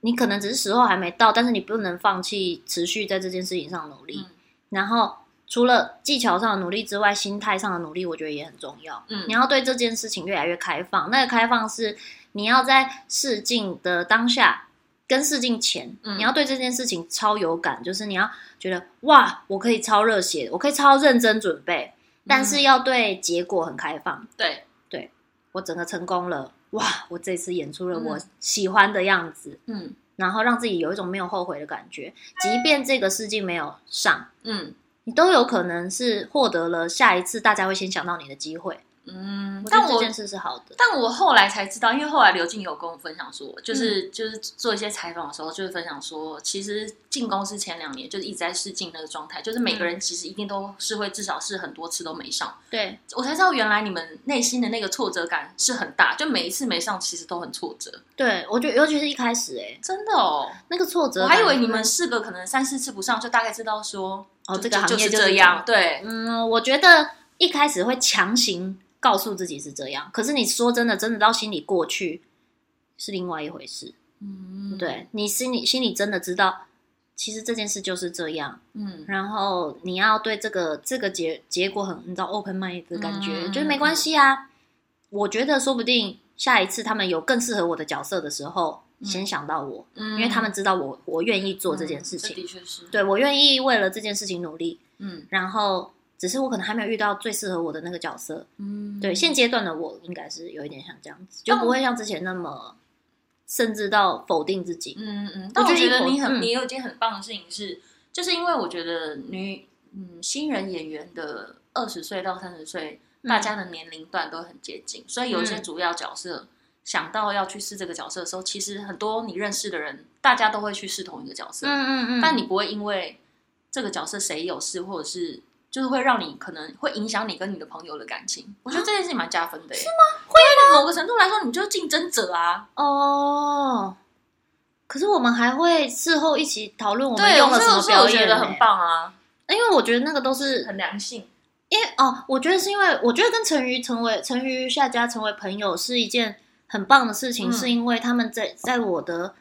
S1: 你可能只是时候还没到，但是你不能放弃持续在这件事情上努力。
S2: 嗯
S1: 然后除了技巧上的努力之外，心态上的努力，我觉得也很重要。
S2: 嗯
S1: 你要对这件事情越来越开放。那个开放是你要在试镜的当下跟试镜前，
S2: 嗯
S1: 你要对这件事情超有感，就是你要觉得哇，我可以超热血，我可以超认真准备，但
S2: 嗯
S1: 是要对结果很开放。
S2: 对，
S1: 我整个成功了，哇！我这次演出了
S2: 嗯
S1: 我喜欢的样子，
S2: 嗯
S1: 然后让自己有一种没有后悔的感觉。即便这个试镜没有上，
S2: 嗯
S1: 你都有可能是获得了下一次大家会先想到你的机会。
S2: 嗯，
S1: 我觉
S2: 但
S1: 得这
S2: 我
S1: 件事是好的，
S2: 但我后来才知道，因为后来刘静有跟我分享说，就是、
S1: 嗯
S2: 就是做一些采访的时候，就是分享说，其实进公司前两年就是一直在试镜那个状态，就是
S1: 嗯
S2: 每个人其实一定都是会至少是很多次都没上，
S1: 对
S2: 我才知道原来你们内心的那个挫折感是很大，就每一次没上其实都很挫折，
S1: 对，我觉得尤其是一开始、欸，
S2: 真的哦。
S1: 那个挫折
S2: 我
S1: 感，嗯
S2: 还以为你们四个可能三四次不上，就大概知道说
S1: 哦
S2: 就
S1: 这个行业
S2: 就是
S1: 就是
S2: 这样，对，
S1: 嗯，我觉得一开始会强行告诉自己是这样，可是你说真的，真的到心里过去是另外一回事。
S2: 嗯，
S1: 对你心里心里真的知道，其实这件事就是这样。
S2: 嗯，
S1: 然后你要对这个这个结结果很，你知道 open mind 的感觉，
S2: 嗯
S1: 就是没关系啊。我觉得说不定下一次他们有更适合我的角色的时候，
S2: 嗯
S1: 先想到我，
S2: 嗯，
S1: 因为他们知道我我愿意做这件事
S2: 嗯这
S1: 情，
S2: 的确是，，
S1: 对我愿意为了这件事情努力。
S2: 嗯
S1: 然后只是我可能还没有遇到最适合我的那个角色，
S2: 嗯，哦
S1: 对现阶段的我应该是有一点像这样子，就不会像之前那么甚至到否定自己。
S2: 嗯嗯，嗯，但
S1: 我
S2: 我
S1: 觉得
S2: 觉
S1: 一
S2: 得
S1: 口
S2: 你很，
S1: 嗯
S2: 你有一件很棒的事情是，就是因为我觉得女嗯新人演员的二十岁到三十岁，嗯大家的年龄段都很接近，所以有一些
S1: 嗯
S2: 主要角色。想到要去试这个角色的时候，其实很多你认识的人，大家都会去试同一个角色。
S1: 嗯嗯嗯，
S2: 但你不会因为这个角色谁有事，或者是就是会让你可能会影响你跟你的朋友的感情。我觉得这件事情蛮加分的、啊耶。是吗？会吗？某个程度来说，你就是竞争者啊。
S1: 哦。可是我们还会事后一起讨论我们
S2: 对，
S1: 用了
S2: 所以
S1: 什么
S2: 所以
S1: 表
S2: 我
S1: 演、欸
S2: 觉得很。棒啊，
S1: 因为我觉得那个都是
S2: 很良性。
S1: 因为哦，我觉得是因为我觉得跟陈瑜成为陈瑜下家成为朋友是一件很棒的事情，
S2: 嗯
S1: 是因为他们在在我的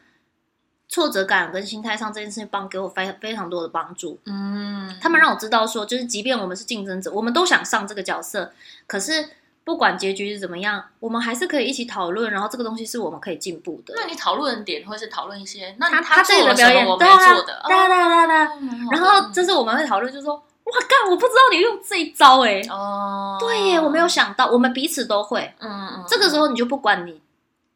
S1: 挫折感跟心态上这件事情帮给我非非常多的帮助。
S2: 嗯，
S1: 他们让我知道说，就是即便我们是竞争者，我们都想上这个角色，可是不管结局是怎么样，我们还是可以一起讨论，然后这个东西是我们可以进步的。
S2: 那你讨论的点会是讨论一些，那
S1: 他
S2: 他
S1: 这里的
S2: 做了
S1: 表
S2: 什
S1: 演，
S2: 么我没
S1: 对啊
S2: 做的，哦嗯
S1: 对啊对啊对啊对啊。然后
S2: 这
S1: 这是我们会讨论，就是说，哇干，我不知道你用这一招哎、
S2: 哦，
S1: 对耶，我没有想到，我们彼此都会。
S2: 嗯，嗯嗯，
S1: 这个时候你就不管你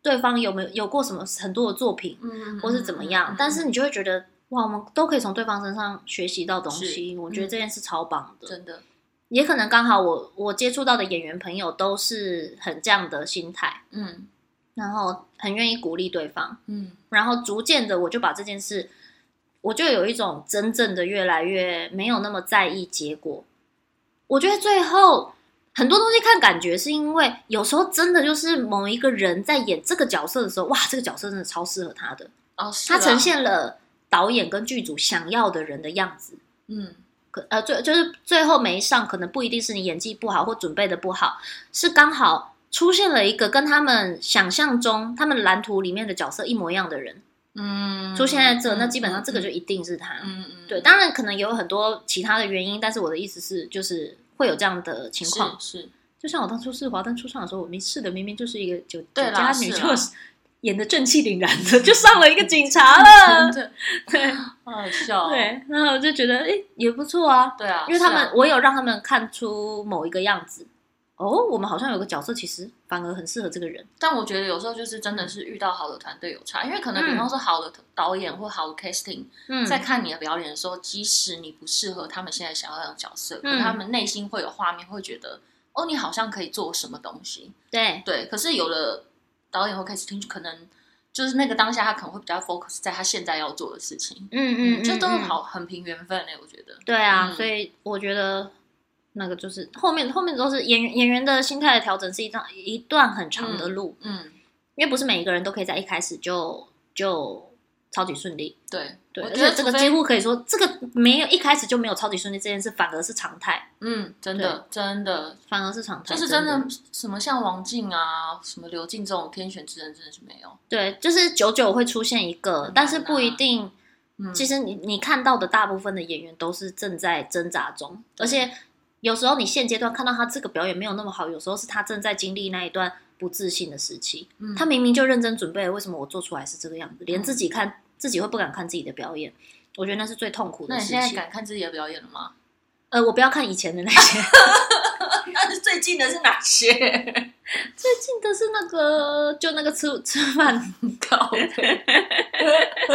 S1: 对方有没有有过什么很多的作品
S2: 嗯，嗯嗯
S1: 或是怎么样，但是你就会觉得哇，我们都可以从对方身上学习到东西。我觉
S2: 嗯
S1: 得这件事超棒的，
S2: 真的，
S1: 也可能刚好我我接触到的演员朋友都是很这样的心态，
S2: 嗯
S1: 然后很愿意鼓励对方，
S2: 嗯
S1: 然后逐渐的我就把这件事。我就有一种真正的越来越没有那么在意结果。我觉得最后很多东西看感觉，是因为有时候真的就是某一个人在演这个角色的时候，哇，这个角色真的超适合他的，
S2: 哦，是
S1: 他呈
S2: 啊
S1: 现了导演跟剧组想要的人的样子。
S2: 嗯
S1: 可呃，最就是最后没上，可能不一定是你演技不好或准备的不好，是刚好出现了一个跟他们想象中、他们蓝图里面的角色一模一样的人
S2: 嗯
S1: 出现在这，那基本上这个就
S2: 嗯
S1: 一定是他。
S2: 嗯嗯
S1: 对，当然可能也有很多其他的原因，但是我的意思是，就是会有这样的情况。
S2: 是是
S1: 就像我当初是华灯初上的时候，我明试的明明就是一个酒酒
S2: 对
S1: 家
S2: 啦
S1: 女，
S2: 是
S1: 就
S2: 啦
S1: 是演的正气凛然的，就上了一个警察 了。
S2: 真的
S1: 对
S2: 好好笑哦，
S1: 对，然后我就觉得哎、诶也不错啊，
S2: 对啊，
S1: 因为他们、
S2: 是啊
S1: 我有让他们看出某一个样子。哦，我们好像有个角色，其实反而很适合这个人。
S2: 但我觉得有时候就是真的是遇到好的团队有差，因为可
S1: 嗯
S2: 能比方说好的导演或好的 casting，
S1: 嗯，
S2: 在看你的表演的时候，即使你不适合他们现在想要的角色，可
S1: 嗯
S2: 能他们内心会有画面，会觉得哦，你好像可以做什么东西，
S1: 对，
S2: 对。可是有的导演或 casting 可能就是那个当下，他可能会比较 focus 在他现在要做的事情，
S1: 嗯嗯，嗯
S2: 这都是
S1: 嗯
S2: 好很凭缘分嘞、欸我觉得。
S1: 对啊，
S2: 嗯
S1: 所以我觉得那个就是后面后面都是演员演员的心态的调整是一段一段很长的路，
S2: 嗯，
S1: 因为不是每一个人都可以在一开始就就超级顺利。
S2: 对，
S1: 对，
S2: 我
S1: 而
S2: 觉得
S1: 且这
S2: 除
S1: 个
S2: 非
S1: 几乎可以说，这个没有一开始就没有超级顺利这件事，反而是常态，
S2: 嗯，真的真的
S1: 反而是常态。
S2: 就是真
S1: 真
S2: 的什么像王静啊，什么刘静这种天选之人真的是没有。
S1: 对，就是久久会出现一个
S2: 很，
S1: 但是
S2: 难
S1: 不
S2: 啊
S1: 一定。
S2: 嗯，
S1: 其实你你看到的大部分的演员都是正在挣扎中，
S2: 对
S1: 而且有时候你现阶段看到他这个表演没有那么好，有时候是他正在经历那一段不自信的时期。
S2: 嗯
S1: 他明明就认真准备了，为什么我做出来是这个样子？连
S2: 嗯
S1: 自己看自己会不敢看自己的表演，我觉得那是最痛苦
S2: 那
S1: 的
S2: 你
S1: 事
S2: 现在
S1: 情。
S2: 敢看自己的表演了吗？
S1: 呃，我不要看以前的那些，
S2: 那最近的是哪些？
S1: 最近的是那个就那个吃吃饭
S2: 靠背，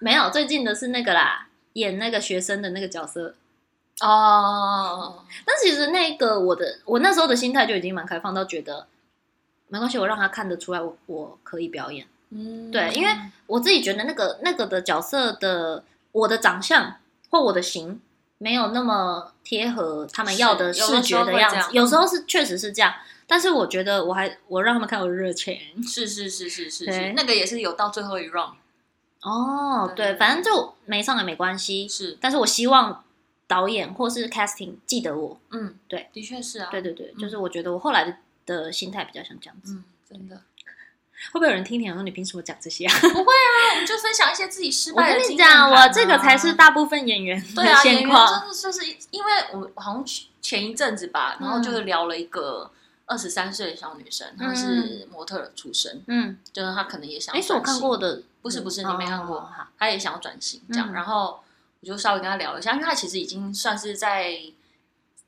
S1: 没有，最近的是那个啦，演那个学生的那个角色。
S2: 哦，
S1: 但其实那个我的我那时候的心态就已经蛮开放到觉得没关系，我让他看得出来我我可以表演。
S2: 嗯，
S1: 对因为我自己觉得那个那个的角色的我的长相或我的型没有那么贴合他们要的
S2: 是有
S1: 视
S2: 的时候
S1: 觉的样
S2: 会这
S1: 子，
S2: 样嗯
S1: 有时候是确实是这样，但是我觉得我还我让他们看我的热情。
S2: 是是是是是
S1: 对
S2: 是，那个也是有到最后一 round，
S1: 哦，
S2: 对
S1: 对，反正就没上也没关系，
S2: 是，
S1: 但是我希望导演或是 casting 记得我。
S2: 嗯，
S1: 对，
S2: 的确是啊，
S1: 对，对对，
S2: 嗯
S1: 就是我觉得我后来的的心态比较像这样子。
S2: 嗯，真的，
S1: 会不会有人听你想说你凭什么讲这些啊？
S2: 那我哎们就分享一些自己 失
S1: 我
S2: 败
S1: 跟
S2: 的
S1: 你
S2: 经验谈
S1: 讲，
S2: 啊
S1: 我这个才是大部分演员的
S2: 对啊，演
S1: 现
S2: 员
S1: 况。
S2: 真的就是因为我好像前一阵子吧，然后就
S1: 嗯
S2: 聊了一个二十三岁的小女生，她是模特儿出身，
S1: 嗯，
S2: 就是她可能也想
S1: 哎，
S2: 要
S1: 是我
S2: 转
S1: 看
S2: 型，
S1: 过的，
S2: 不是不是
S1: 嗯
S2: 你没看过
S1: 哦好
S2: 她也想要转型这样，
S1: 嗯
S2: 然后我就稍微跟她聊一下，因为她其实已经算是在。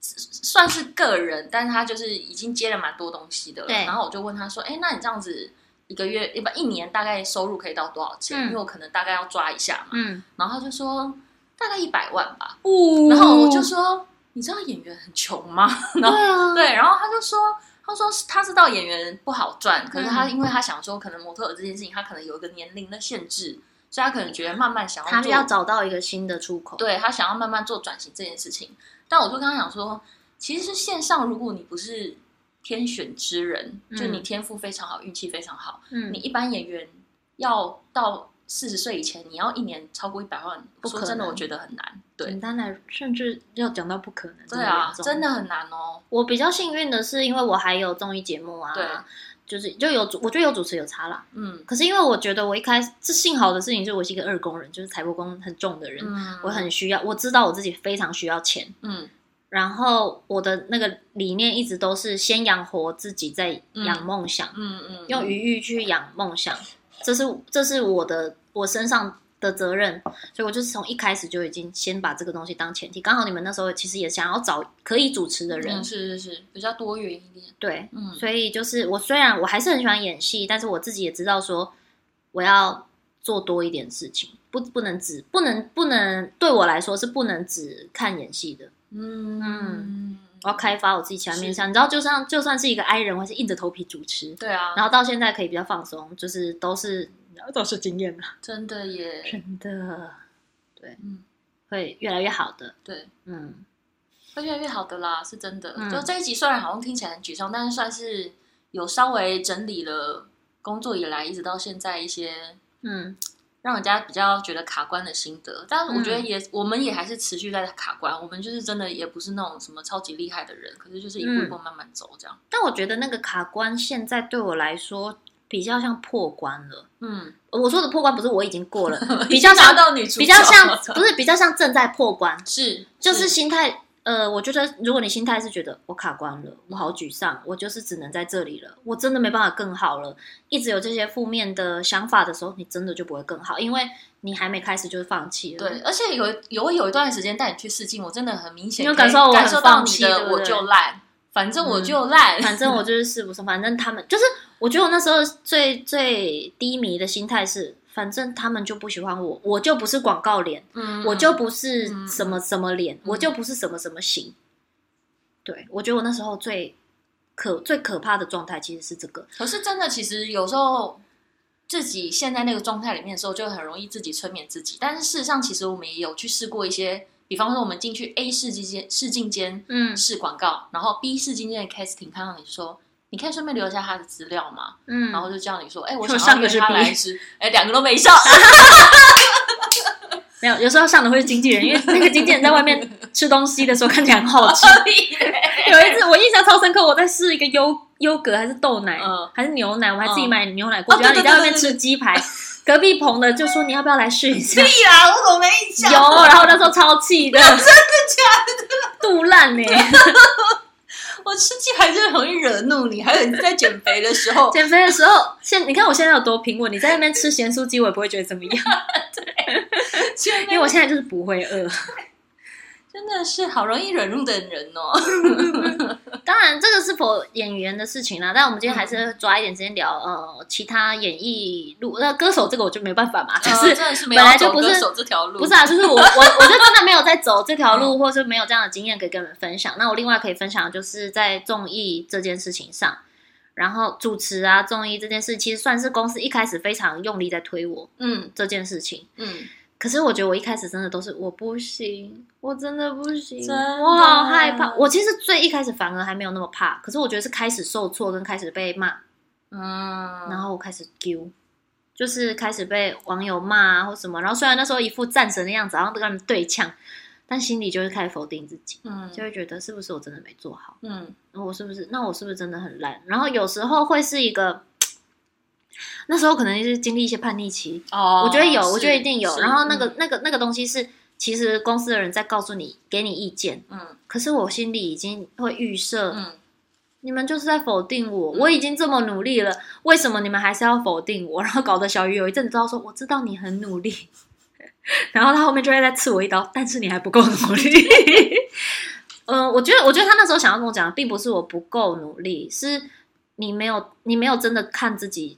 S2: 算是个人，但是她就是已经接了蛮多东西的了。
S1: 对
S2: 然后我就问她说：“哎，那你这样子一个月，一不一年大概收入可以到多少钱？
S1: 嗯
S2: 因为我可能大概要抓一下嘛。
S1: 嗯
S2: 然后他就说大概一百万吧。
S1: 哦
S2: 然后我就说，你知道演员很穷吗？
S1: 对啊，
S2: 对，然后他就说，他说是他知道演员不好赚，可是他
S1: 嗯
S2: 因为他想说，可能模特儿这件事情，他可能有一个年龄的限制，所以他可能觉得慢慢想
S1: 他
S2: 要
S1: 要
S2: 做，
S1: 找到一个新的出口。
S2: 对他想要慢慢做转型这件事情。但我就跟他讲说，其实线上如果你不是天选之人，就你
S1: 嗯
S2: 天赋非常好，运气非常好，
S1: 嗯
S2: 你一般演员要到。四十岁以前，你要一年超过一百万，
S1: 不
S2: 说
S1: 可
S2: 真的，
S1: 能
S2: 我觉得很难。对
S1: 简，单来，甚至要讲到不可能。
S2: 对啊，真
S1: 的。
S2: 的很难哦。
S1: 我比较幸运的是，因为我还有综艺节目啊，
S2: 对，
S1: 就是就有主，我觉得有主持有差啦。
S2: 嗯
S1: 可是因为我觉得我一开始，这幸好的事情是我是一个二工人，就是财帛宫很重的人，
S2: 嗯，
S1: 我很需要，我知道我自己非常需要钱，
S2: 嗯
S1: 然后我的那个理念一直都是先养活自己，再养梦想，
S2: 嗯嗯，
S1: 用余欲去养梦想，这是这是我的我身上的责任，所以我就是从一开始就已经先把这个东西当前提。刚好你们那时候其实也想要找可以主持的人，
S2: 嗯是是是，比较多元一点。
S1: 对，
S2: 嗯，
S1: 所以就是我虽然我还是很喜欢演戏，但是我自己也知道说我要做多一点事情，不不能只不能不能对我来说是不能只看演戏的，
S2: 嗯
S1: 嗯
S2: 嗯，
S1: 我要开发我自己其他面向。你知道，就算就算是一个 I 人，我还是硬着头皮主持，
S2: 对啊，
S1: 然后到现在可以比较放松，就是都是都是经验啊，
S2: 真的耶，
S1: 真的
S2: 嗯，
S1: 会越来越好的，
S2: 对，
S1: 嗯，
S2: 会越来越好的啦，是真的。
S1: 嗯
S2: 就这一集虽然好像听起来很沮丧，但是算是有稍微整理了工作以来一直到现在一些。
S1: 嗯，
S2: 让人家比较觉得卡关的心得，但我觉
S1: 嗯
S2: 得也、我们也还是持续在卡关，我们就是真的也不是那种什么超级厉害的人，可是就是一步
S1: 嗯
S2: 一步慢慢走这样。
S1: 但我觉得那个卡关现在对我来说比较像破关了。
S2: 嗯，
S1: 我说的破关不是 我已经过了，比较
S2: 拿
S1: 像
S2: 到女主角
S1: 比较像不是比较像正在破关，
S2: 是
S1: 就是心态。呃，我觉得如果你心态是觉得我卡关了，我好沮丧，我就是只能在这里了，我真的没办法更好了，一直有这些负面的想法的时候，你真的就不会更好，因为你还没开始就是放弃了。
S2: 对，，而且有有有一段时间带你去试镜，我真的很明显
S1: 你有
S2: 可以
S1: 感受到我
S2: 感
S1: 很
S2: 受到
S1: 放
S2: 你
S1: 弃对
S2: 的
S1: 不
S2: 我
S1: 对嗯
S2: 就烂，反正我就 烂，
S1: 反正我就是事不胜，反正他们就是，我觉得我那时候最最低迷的心态是，反正他们就不喜欢我，我就不是广告脸，
S2: 嗯
S1: 我就不是
S2: 嗯
S1: 什么什么脸，我
S2: 嗯
S1: 就不是什么什么型。对，我觉得我那时候最可最可怕的状态其实是这个，
S2: 可是真的，其实有时候自己陷在那个状态里面的时候，就很容易自己催眠自己。但是事实上，其实我们也有去试过一些，比方说我们进去 A 试镜间试镜间
S1: 嗯
S2: 试广告，然后 B 试镜间的 casting 看到你说。你可以顺便留下他的资料吗？
S1: 嗯
S2: 然后就叫你说，哎、我
S1: 就
S2: 想
S1: 上
S2: 要
S1: 个
S2: 约
S1: 是
S2: 他
S1: B
S2: 来吃，哎、两个都没上，
S1: 没有，有时候上的会是经纪 人，因为那个经纪人在外面吃东西的时候看起来很好吃。 有一次我印象超深刻，我在试一个优优格还是豆奶、
S2: 嗯
S1: 还是牛奶，我还自己
S2: 嗯
S1: 买牛奶过去，
S2: 哦
S1: 然后
S2: 对
S1: 你在外
S2: 对对
S1: 面
S2: 对
S1: 吃鸡排，隔壁棚的就说你要不要来试一 下？
S2: 屁啦，我怎么没印
S1: 有，然后那时候超气的， 真的假的？肚 烂呢、欸
S2: 我吃鸡排真的容易惹怒你，还有你在减肥的时 候，
S1: 减肥的时候，现你看我现在有多平稳，你在那边吃咸酥鸡，我也不会觉得怎么 样，因为我现在就是不会饿。
S2: 真的是好容易惹怒的人哦。
S1: 当然，这个是否演员的事情啦，但我们今天还是抓一点时间聊呃其他演艺路，那歌手这个我就没办法嘛， 就
S2: 呃
S1: 是。
S2: 真的是没
S1: 本来
S2: 有
S1: 就
S2: 走
S1: 不是
S2: 歌手这条路，
S1: 不是啊，就是我我我就真的没有在走这条路，或是没有这样的经验可以跟你们分享。那我另外可以分享，的就是在综艺这件事情上，然后主持啊综艺这件事，其实算是公司一开始非常用力在推我
S2: 嗯
S1: 这件事情。
S2: 嗯，
S1: 可是我觉得我一开始真的都是我不行，我真的不行，
S2: 真的
S1: 我好害怕。我其实最一开始反而还没有那么怕，可是我觉得是开始受挫跟开始被骂，
S2: 嗯，
S1: 然后我开始丢，就是开始被网友骂啊或什么。然后虽然那时候一副战神的样子，好像跟他们对呛，但心里就是开始否定自己，
S2: 嗯
S1: 就会觉得是不是我真的没做好？
S2: 嗯
S1: 我是不是？那我是不是真的很烂？然后有时候会是一个，那时候可能是经历一些叛逆期，
S2: 哦，
S1: 我觉得有，
S2: 是
S1: 我觉得一定有。
S2: 是嗯
S1: 然后那个、那个那个东西是，其实公司的人在告诉你，给你意见，
S2: 嗯
S1: 可是我心里已经会预设，
S2: 嗯
S1: 你们就是在否定我，我已经这么努力了，为什么你们还是要否定我？然 后搞得小鱼有一阵子都要说，我知道你很努力， 然后他后面就会再刺我一刀，但是你还不够努力。 嗯，我觉得，我觉得他那时候想要跟我讲，的，并不是我不够努力，是你没有，你没有真的看自己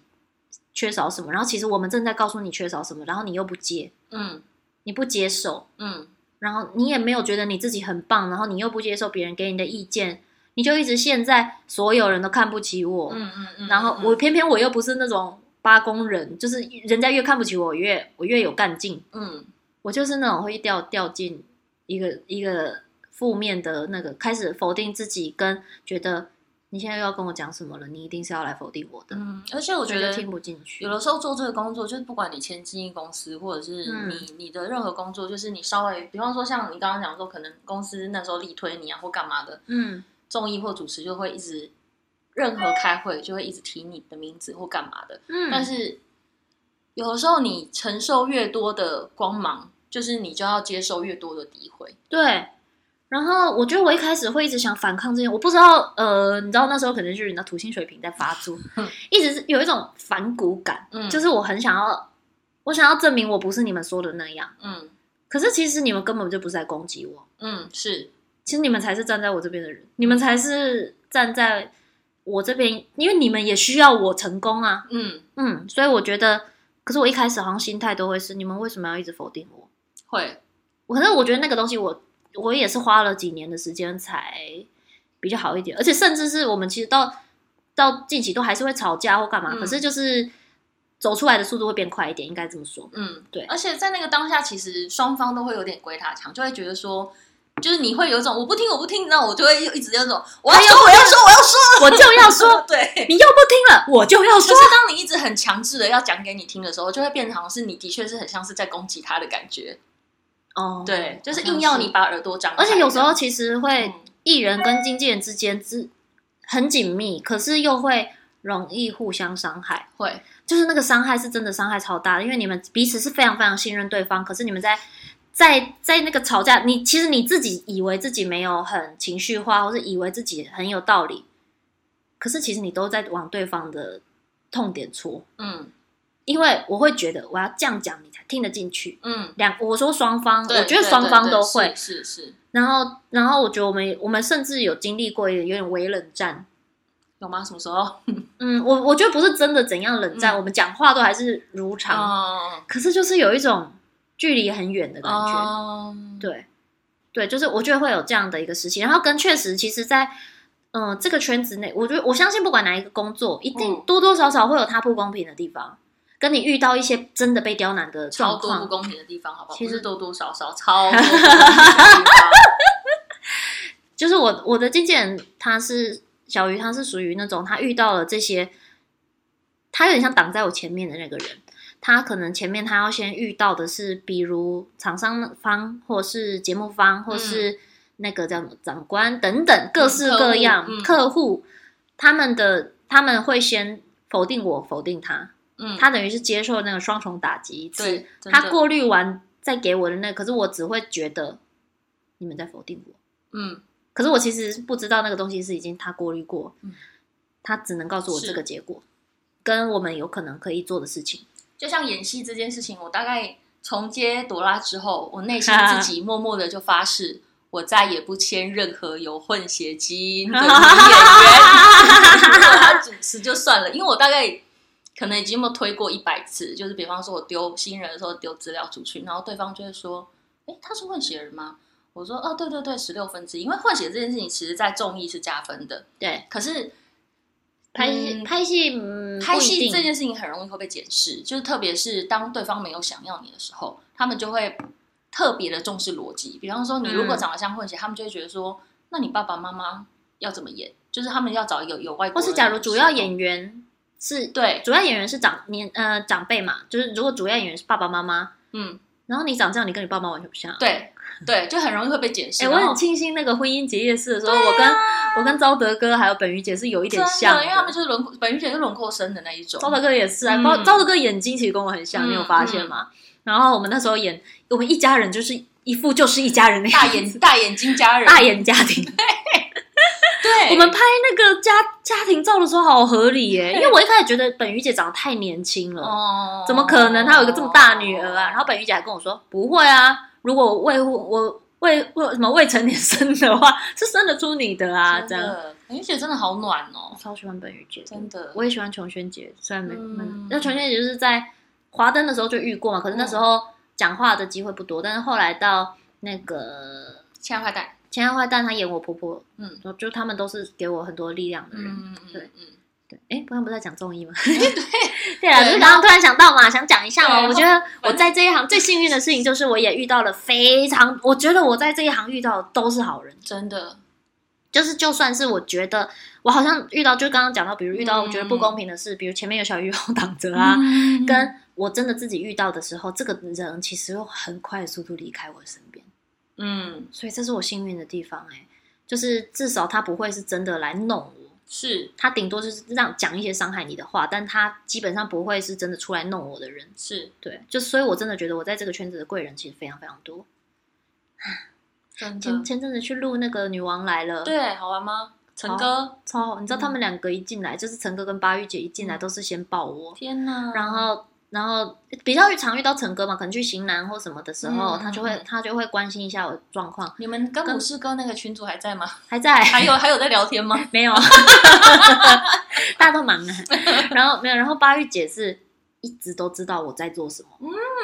S1: 缺少什么，然后其实我们正在告诉你缺少什么，然后你又不接，
S2: 嗯
S1: 你不接受，
S2: 嗯，
S1: 然后你也没有觉得你自己很棒，然后你又不接受别人给你的意见，你就一直现在所有人都看不起我，
S2: 嗯嗯嗯，
S1: 然后我偏偏我又不是那种八公人，就是人家越看不起我越我越有干劲，
S2: 嗯，
S1: 我就是那种会掉掉进一个一个负面的那个，开始否定自己，跟觉得你现在又要跟我讲什么了，你一定是要来否定我的，
S2: 嗯，而且我
S1: 我
S2: 觉得
S1: 听不进去
S2: 有。的时候做这个工作，就是不管你签经纪公司，或者是
S1: 嗯
S2: 你、你的任何工作，就是你稍微，比方说像你刚刚讲说，可能公司那时候力推你啊，或干嘛的，
S1: 嗯
S2: 综艺或主持就会一直，任何开会就会一直提你的名字或干嘛的。
S1: 嗯，
S2: 但是有的时候你承受越多的光芒，就是你就要接受越多的诋毁。
S1: 对。然后我觉得我一开始会一直想反抗这些，我不知道，呃，你知道那时候可能是你的土星水平在发作，一直是有一种反骨感，
S2: 嗯，
S1: 就是我很想要，我想要证明我不是你们说的那样，
S2: 嗯
S1: 可是其实你们根本就不是在攻击我，
S2: 嗯是
S1: 其实你们才是站在我这边的人，你们才是站在我这边，因为你们也需要我成功啊。
S2: 嗯
S1: 嗯，所以我觉得，可是我一开始好像心态都会是，你们为什么要一直否定我？
S2: 会
S1: 我可是我觉得那个东西我，我也是花了几年的时间才比较好一点，而且甚至是我们其实到到近期都还是会吵架或干嘛，
S2: 嗯
S1: 可是就是走出来的速度会变快一点，应该这么说。
S2: 嗯
S1: 对
S2: 而且在那个当下，其实双方都会有点鬼打墙，就会觉得说。就是你会有一种我不听我不听，那我就会一直有一种我要说我要哎说我要说
S1: 我就要说，
S2: 对。
S1: 你又不听了，我就要
S2: 就
S1: 说
S2: 是。当你一直很强制的要讲给你听的时候，就会变成好像是你的确是很像是在攻击他的感觉，
S1: 哦，
S2: 对，就是
S1: 好像
S2: 硬要你把耳朵张开
S1: 而
S2: 这样，
S1: 且有时候其实会
S2: 嗯
S1: 艺人跟经纪人之间之很紧密，可是又会容易互相伤害。
S2: 会，
S1: 就是那个伤害是真的伤害超大的，因为你们彼此是非常非常信任对方，可是你们在在在那个吵架，你其实你自己以为自己没有很情绪化，或是以为自己很有道理，可是其实你都在往对方的痛点戳。
S2: 嗯
S1: 因为我会觉得我要这样讲你才听得进去。
S2: 嗯，
S1: 两我说双方，
S2: 对
S1: 我觉得双方都会
S2: 对对对，是是是
S1: 然后，然后我觉得我们我们甚至有经历过一个有点微冷战。
S2: 有吗？什么时候？
S1: 嗯，我我觉得不是真的怎样冷战，
S2: 嗯
S1: 我们讲话都还是如常，
S2: 嗯
S1: 可是就是有一种距离很远的感觉。
S2: 嗯，
S1: 对，对，就是我觉得会有这样的一个时期。然后跟确实，其实在，嗯这个圈子内，我觉得我相信不管哪一个工作，一定
S2: 嗯
S1: 多多少少会有它不公平的地方，跟你遇到一些真的被刁难的
S2: 超
S1: 状
S2: 多不
S1: 况。
S2: 公平的地方，好不好？
S1: 其
S2: 其
S1: 实
S2: 实多多少少超多不公平 的地方。
S1: 就是我我的经纪人他是小鱼，他是属于那种他遇到了这些，他有点像挡在我前面的那个人。他可能前面他要先遇到的是，比如厂商方，或是节目方，或是那个叫什么长官等等，各式各样
S2: 嗯
S1: 客
S2: 客户嗯
S1: 户，他们的他们会先否定我，否定他，
S2: 嗯，
S1: 他等于是接受那个双重打击一次。
S2: 对，真
S1: 他
S2: 的，
S1: 过滤完再给我的那个可是我只会觉得你们在否定我。
S2: 嗯
S1: 可是我其实不知道那个东西是已经他过滤过，
S2: 嗯
S1: 他只能告诉我
S2: 是
S1: 这个结果，跟我们有可能可以做的事情。
S2: 就像演戏这件事情，我大概从接朵拉之后，我内心自己默默的就发誓，我再也不签任何有混血基因的女 演员。如果她主持就算了，因为我大概。可能已经有推过一百次，就是比方说我丢新人的时候丢资料出去，然后对方就会说：“哎，他是混血人吗？”我说：“哦，对对对，十六分之一。”因为混血这件事情，其实在综艺是加分的，
S1: 对，
S2: 可是
S1: 拍戏、
S2: 嗯
S1: 拍戏，嗯，
S2: 拍戏这
S1: 这
S2: 件事情很容易会被检视，就是特别是当对方没有想要你的时候，他们就会特别的重视逻辑。比方说，你如果
S1: 嗯
S2: 长得像混血，他们就会觉得说，那你爸爸妈妈要怎么演？就是他们要找一个有外国
S1: 或
S2: 人
S1: 是
S2: 的
S1: 假如主要
S2: 时候
S1: 演员是
S2: 对，
S1: 主要演员是长年呃长辈嘛，就是如果主要演员是爸爸妈妈，
S2: 嗯，
S1: 然后你长这样，你跟你爸妈完全不像。。
S2: 对哦对，就很容易会被检视。
S1: 哎、
S2: 然
S1: 我
S2: 后
S1: 很庆幸那个婚姻结业式的时候，我跟我跟昭德哥还有本鱼姐是有一点
S2: 啊真
S1: 像
S2: 的，因为他们就是轮廓，本鱼姐是轮廓深的那一种。
S1: 招德哥也是啊，
S2: 嗯
S1: 包招德哥眼睛其实跟我很像，
S2: 嗯
S1: 你有发现吗？然后我们那时候演，我们一家人就是一副就是一家人的
S2: 大
S1: 样
S2: 眼
S1: 子
S2: 大眼睛家人，
S1: 大眼家庭。
S2: 对，
S1: 我们拍那个家家庭照的时候好合理耶，因为我一开始觉得本鱼姐长得太年轻了，
S2: 哦，
S1: 怎么可能她有一个这么大的女儿啊？然后本鱼姐还跟我说不会啊，如果我未婚我未未什么未成年生的话，是生得出你的啊，这
S2: 真
S1: 样。
S2: 的，本鱼姐真的好暖哦，
S1: 超喜欢本鱼姐的，
S2: 真的，
S1: 我也喜欢琼轩姐，虽然没，
S2: 嗯嗯
S1: 那琼轩姐就是在华灯的时候就遇过嘛，可是那时候讲话的机会不多，但是后来到那个
S2: 亲爱坏蛋，
S1: 《前爱坏蛋》，他演我婆婆，
S2: 嗯
S1: 就就他们都是给我很多力量的人。
S2: 嗯嗯
S1: 对
S2: 嗯，
S1: 对，哎，不然不是在讲综艺 吗？对对啊，就是刚刚突然想到嘛，想讲一下
S2: 对啊
S1: 哦。
S2: 然
S1: 我觉得我在这一行最幸运的事情就是，我也遇到了非常，我觉得我在这一行遇到的都是好人，
S2: 真的，
S1: 就是就算是我觉得我好像遇到，就刚刚讲到，比如遇到
S2: 嗯
S1: 我觉得不公平的事，比如前面有小鱼 后挡着啊，
S2: 嗯
S1: 跟我真的自己遇到的时候，这个人其实会很快的速度离开我身边，
S2: 嗯
S1: 所以这是我幸运的地方哎、就是至少他不会是真的来弄我，
S2: 是
S1: 他顶多就是让讲一些伤害你的话，但他基本上不会是真的出来弄我的人。
S2: 是
S1: 对，就所以，我真的觉得我在这个圈子的贵人其实非常非常多。
S2: 真
S1: 前
S2: 的，
S1: 前阵子去录那个《女王来了》，，
S2: 嗯对，好玩吗？陈哥，
S1: 超好，你知道
S2: 嗯
S1: 他们两个一进来，就是陈哥跟八玉姐一进来都是先抱我，
S2: 天哪，
S1: 然后然后比较常遇到陈哥嘛，可能去行南或什么的时候，
S2: 嗯
S1: 他就会
S2: 嗯
S1: 他就会关心一下我的状况，
S2: 你们跟武士哥那个群主还在吗？
S1: 还在
S2: 还有还有在聊天吗？
S1: 没 有，大家都忙啊。然后没有，然后八玉姐是一直都知道我在做什么，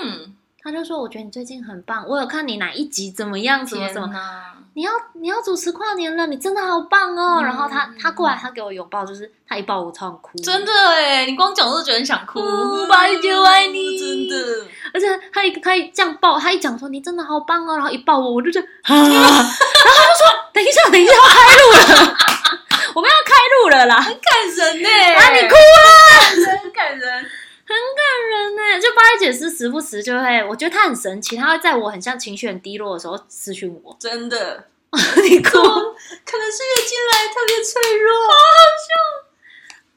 S2: 嗯，
S1: 她就说我觉得你最近很棒，我有看你哪一集怎么样，怎么怎么
S2: 天。哪，
S1: 你要你要主持跨年了，你真的好棒哦！
S2: 嗯
S1: 然后她
S2: 嗯
S1: 她过来，她给我拥抱，就是她一抱我超想哭，
S2: 真的哎，你光讲我都觉得很想哭
S1: 嗯，八一九爱你
S2: 真的，
S1: 而且他一他一这样抱，他一讲说你真的好棒哦，然后一抱我，我就觉得，啊、 然后他就说等一下，等一下要开录了，我们要开录了啦，很
S2: 感人呢，
S1: 啊你哭
S2: 了， 感人感人，
S1: 感人呢。就八一姐是时不时就会，我觉得她很神奇，她会在我很像情绪很低落的时候私讯我，
S2: 真的， 哦
S1: 你哭，
S2: 可能是月经来特别脆弱。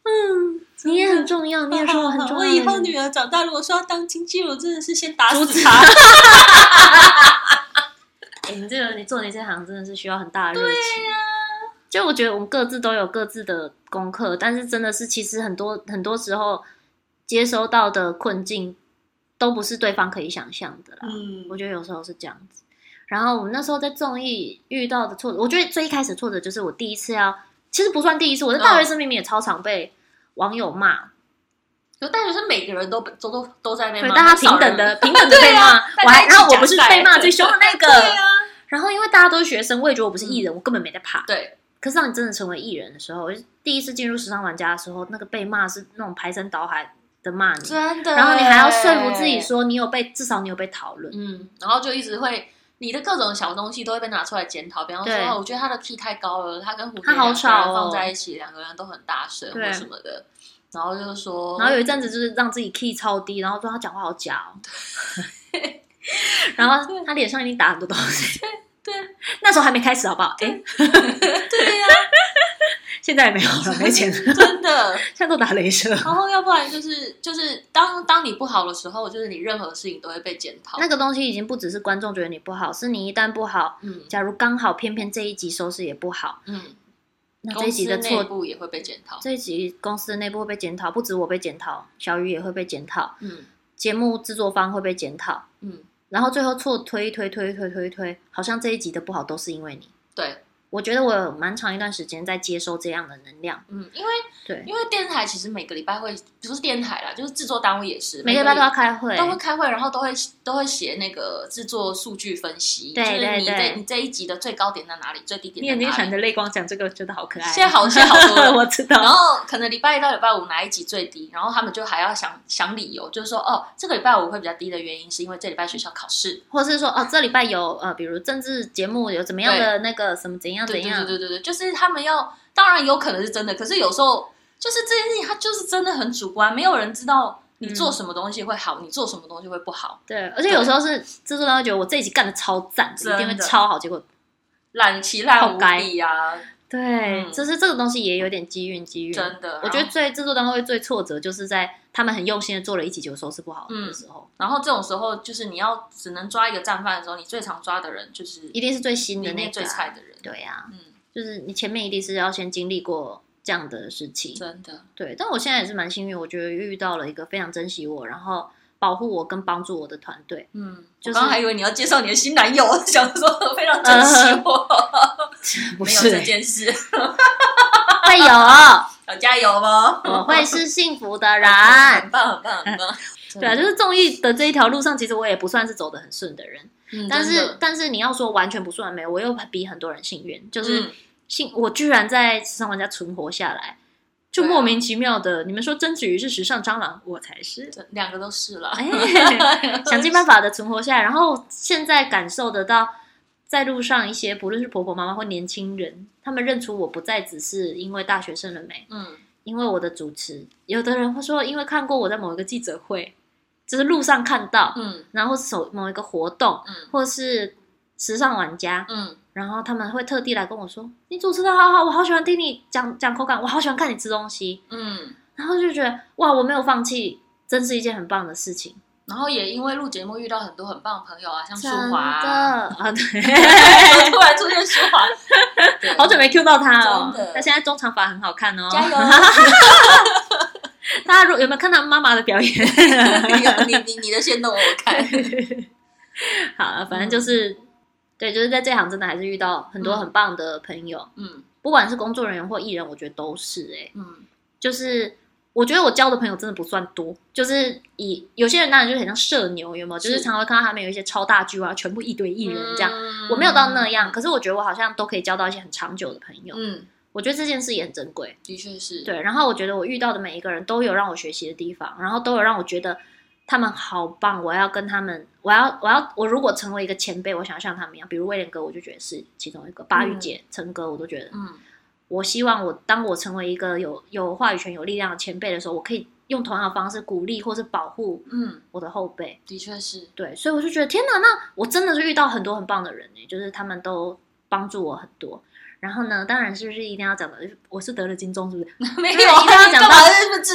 S1: 嗯，你也很重要，你也说我 很重要
S2: 我
S1: 的人，
S2: 以后女儿长大，如果说要当经纪人，我真的是先打
S1: 阻
S2: 死
S1: 止
S2: 她。
S1: 哎、你这个你做你这行真的是需要很大的热情。
S2: 呀，
S1: 就我觉得我们各自都有各自的功课，但是真的是其实很多很多时候接收到的困境都不是对方可以想象的啦。
S2: 嗯
S1: 我觉得有时候是这样子。然后我们那时候在综艺遇到的挫折，我觉得最一开始挫折就是我第一次要，其实不算第一次，我在大学生明明也超常被网友骂，
S2: 哦可大学生每个人都都都都在被
S1: 对
S2: 骂，
S1: 大家
S2: 很少
S1: 平
S2: 人啊
S1: 等的平 等的被骂，
S2: 大家
S1: 我还
S2: 一起
S1: 然后我
S2: 夹
S1: 不是
S2: 菜
S1: 被骂最凶的那
S2: 对
S1: 个，
S2: 啊，嗯
S1: 然后因为大家都是学生，我也觉得我不是艺人，我根本没在怕，
S2: 对，
S1: 可是当你真的成为艺人的时候，我就第一次进入时尚玩家的时候，那个被骂是那种排山倒海的骂你，
S2: 真的。
S1: 然后你还要说服自己，说你有被，至少你有被讨论。
S2: 嗯，然后就一直会。你的各种小东西都会被拿出来检讨，比方说，
S1: 对
S2: 哦我觉得他的 key 太高了，他跟蝴蝶
S1: 他好
S2: 两个人
S1: 吵哦
S2: 放在一起，两个人都很大声
S1: 对
S2: 或什么的，然后就是说，
S1: 然后有一阵子就是让自己 key 超低，然后说他讲话好假哦。 然后他脸上一定打很多东西。
S2: 对，
S1: 那时候还没开始，好不好？哎，
S2: 对呀、
S1: 现在也没有了，没钱，现
S2: 真的，
S1: 在都打镭射。
S2: 然后要不然就是就是当当你不好的时候，就是你任何事情都会被检讨。
S1: 那个东西已经不只是观众觉得你不好，是你一旦不好，
S2: 嗯
S1: 假如刚好偏偏这一集收视也不好，
S2: 嗯，
S1: 那这
S2: 公
S1: 一集
S2: 司
S1: 的
S2: 内
S1: 错
S2: 部也会被检讨。
S1: 这一集公司内部会被检讨，不止我被检讨，小鱼也会被检讨，
S2: 嗯
S1: 节目制作方会被检讨，
S2: 嗯，
S1: 然后最后错推一推推一推推一推，好像这一集的不好都是因为你。
S2: 对，
S1: 我觉得我有蛮长一段时间在接收这样的能量，
S2: 嗯，因为
S1: 对，
S2: 因为电视台其实每个礼拜会，不是电视台啦，就是制作单位也是，
S1: 每个礼拜都要开会，
S2: 都会开会，然后都会都会写那个制作数据分析，
S1: 对
S2: 就是
S1: 对
S2: 你
S1: 对
S2: 这你这一集的最高点在哪里，最低点
S1: 你
S2: 在
S1: 眼睛
S2: 哪
S1: 闪
S2: 里。
S1: 着泪光讲这个，觉得好可爱。
S2: 现在好，现哦在好多了。
S1: 我知
S2: 然
S1: 道，
S2: 后可能礼拜一到礼拜五哪一集最低，然后他们就还要想想理由，就是说哦，这个礼拜五会比较低的原因是因为这礼拜学校考试，
S1: 或是说哦，这礼拜有呃，比如政治节目有怎么样的那个什么怎样
S2: 对
S1: 怎
S2: 对
S1: 样
S2: 对，对对对，就是他们要，当然有可能是真的，可是有时候就是这件事情，它就是真的很主观，没有人知道你
S1: 嗯
S2: 做什么东西会好，你做什么东西会不好，
S1: 对，而且有时候是制作单位觉得我这一集干的超赞，一
S2: 真的
S1: 定会超好，结果
S2: 懒其烂
S1: 好
S2: 无
S1: 该
S2: 比啊，
S1: 对，
S2: 嗯
S1: 就是这个东西也有点机运机运，
S2: 真的。
S1: 我觉
S2: 然
S1: 得
S2: 后，
S1: 最制作单位最挫折，就是在他们很用心的做了一集，结果收视不好
S2: 嗯
S1: 的时候，
S2: 然后这种时候就是你要只能抓一个战犯的时候，你最常抓的人就是
S1: 一
S2: 里
S1: 定是最新的那个
S2: 面
S1: 啊
S2: 最菜的人，
S1: 对呀、
S2: 嗯，
S1: 就是你前面一定是要先经历过这样的事情。
S2: 真的，
S1: 对，但我现在也是蛮幸运，我觉得遇到了一个非常珍惜我，然后保护我跟帮助我的团队。
S2: 嗯，
S1: 就是
S2: 我刚刚还以为你要介绍你的新男友，想说非常珍
S1: 嗯
S2: 惜我，没有这件事，
S1: 会有，
S2: 要加油哦，
S1: 我会是幸福的人。
S2: 很棒，很棒，很棒。真
S1: 对
S2: 的
S1: 啊，就是综艺的这一条路上，其实我也不算是走得很顺的人，
S2: 嗯
S1: 但
S2: 真
S1: 是
S2: 的
S1: 但是你要说完全不算美，我又比很多人幸运，就是
S2: 嗯
S1: 幸、我居然在时尚玩家存活下来，就
S2: 对啊
S1: 莫名其妙的，你们说曾子瑜是时尚蟑螂，我才 是。
S2: 这两个都是了，
S1: 哎想尽办法的存活下来，然后现在感受得到，在路上一些不论是婆婆妈妈或年轻人，他们认出我不再只是因为大学生的美，
S2: 嗯，
S1: 因为我的主持。有的人会说，因为看过我在某一个记者会，就是路上看到，
S2: 嗯
S1: 然后手某一个活动，
S2: 嗯
S1: 或是时尚玩家，
S2: 嗯，
S1: 然后他们会特地来跟我说，你主持的好好，我好喜欢听你讲讲口感，我好喜欢看你吃东西，
S2: 嗯，
S1: 然后就觉得哇，我没有放弃，真是一件很棒的事情。
S2: 然后也因为录节目遇到很多很棒的朋友啊，像舒华啊，
S1: 真的啊，对，
S2: 突然出现舒华，对
S1: 好久没 Q 到他哦
S2: 真的。
S1: 他现在中长发很好看哦。
S2: 加！油！
S1: 大家如有没有看到妈妈的表演？
S2: 嗯 你你你的先动我看，
S1: 好了，反正就是、对，就是在这行真的还是遇到很多
S2: 嗯
S1: 很棒的朋友，
S2: 嗯
S1: 不管是工作人员或艺人，我觉得都是哎、
S2: 嗯
S1: 就是。我觉得我交的朋友真的不算多，就是以有些人当然就是很像社牛，有没有？就是
S2: 是
S1: 常常会看到他们有一些超大剧啊，全部一堆艺人这样。
S2: 嗯
S1: 我没有到那样，可是我觉得我好像都可以交到一些很长久的朋友。
S2: 嗯，
S1: 我觉得这件事也很珍贵。
S2: 的确是，
S1: 对，然后我觉得我遇到的每一个人都有让我学习的地方，然后都有让我觉得他们好棒，我要跟他们，我要我要我如果成为一个前辈，我想要像他们一样，比如威廉哥，我就觉得是其中一个，巴玉姐、陈哥，我都觉得，
S2: 嗯
S1: 我希望我当我成为一个有有话语权、有力量的前辈的时候，我可以用同样的方式鼓励或是保护
S2: 嗯，
S1: 我的后辈。
S2: 的 确是，
S1: 对，所以我就觉得天哪，那我真的是遇到很多很棒的人呢、就是他们都帮助我很多。然后呢，当然是不是一定要讲的，我是得了金钟，是不是？
S2: 没
S1: 有啊
S2: 一定要讲
S1: 干嘛
S2: 到，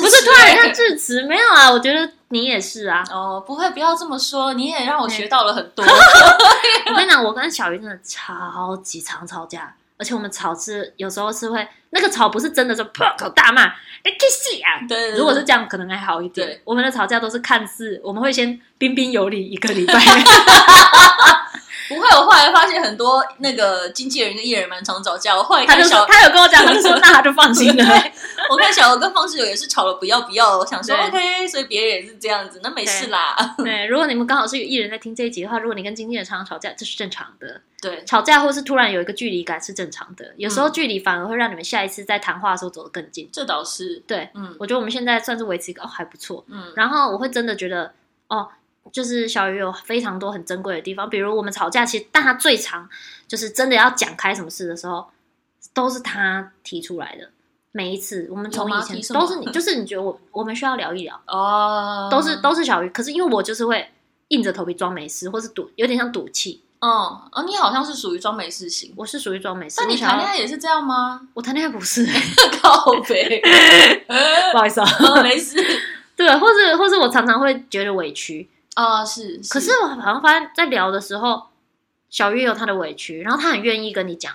S1: 不是突然人家致辞，没有啊？我觉得你也是 啊。
S2: 哦，不会，不要这么说，你也让我学到了很多。
S1: 我跟你讲，我跟小鱼真的超级常吵架，而且我们吵是有时候是会那个吵不是真的是破口大骂，哎 kiss 啊。
S2: 对，
S1: 如果是这样，可能还好一点
S2: 嗯对。
S1: 我们的吵架都是看似我们会先彬彬有礼一个 礼拜，
S2: 不会，我后来发现很多那个经纪人跟艺人蛮常吵架。我后来
S1: 他
S2: 看
S1: 就说
S2: 小，
S1: 他有跟我讲，他就说那他就放心了。
S2: 对，我看小欧跟方世友也是吵了不要不要，我想说
S1: 对
S2: OK，所以别人也是这样子，那没事啦。
S1: 对，如果你们刚好是有艺人在听这一集的话，如果你跟经纪人常常吵架，这是正常的。
S2: 对，
S1: 吵架或是突然有一个距离感是正常的，有时候距离反而会让你们下一次在谈话的时候走得更近。
S2: 这倒是，
S1: 对，
S2: 嗯
S1: 我觉得我们现在算是维持一个哦还不错。
S2: 嗯
S1: 然后我会真的觉得哦，就是小鱼有非常多很珍贵的地方，比如我们吵架，其实但他最常就是真的要讲开什么事的时候，都是他提出来的。每一次我们从
S2: 有
S1: 以
S2: 吗
S1: 前
S2: 提什么
S1: 都 是你，就是你觉得我我们需要聊一聊，
S2: 哦，
S1: 都是都是小鱼。可是因为我就是会硬着头皮装没事，或是赌，有点像赌气。
S2: 嗯哦，你好像是属于装没事型。
S1: 我是属于装没事。
S2: 但你
S1: 我想要
S2: 谈恋爱也是这 样吗？
S1: 我谈恋爱不 是、
S2: 靠 北，
S1: 不好意思啊。
S2: 哦没事
S1: 对，或是或是我常常会觉得委屈，
S2: 啊，是。
S1: 可是我好像发现，在聊的时候，小月有她的委屈，然后她很愿意跟你讲，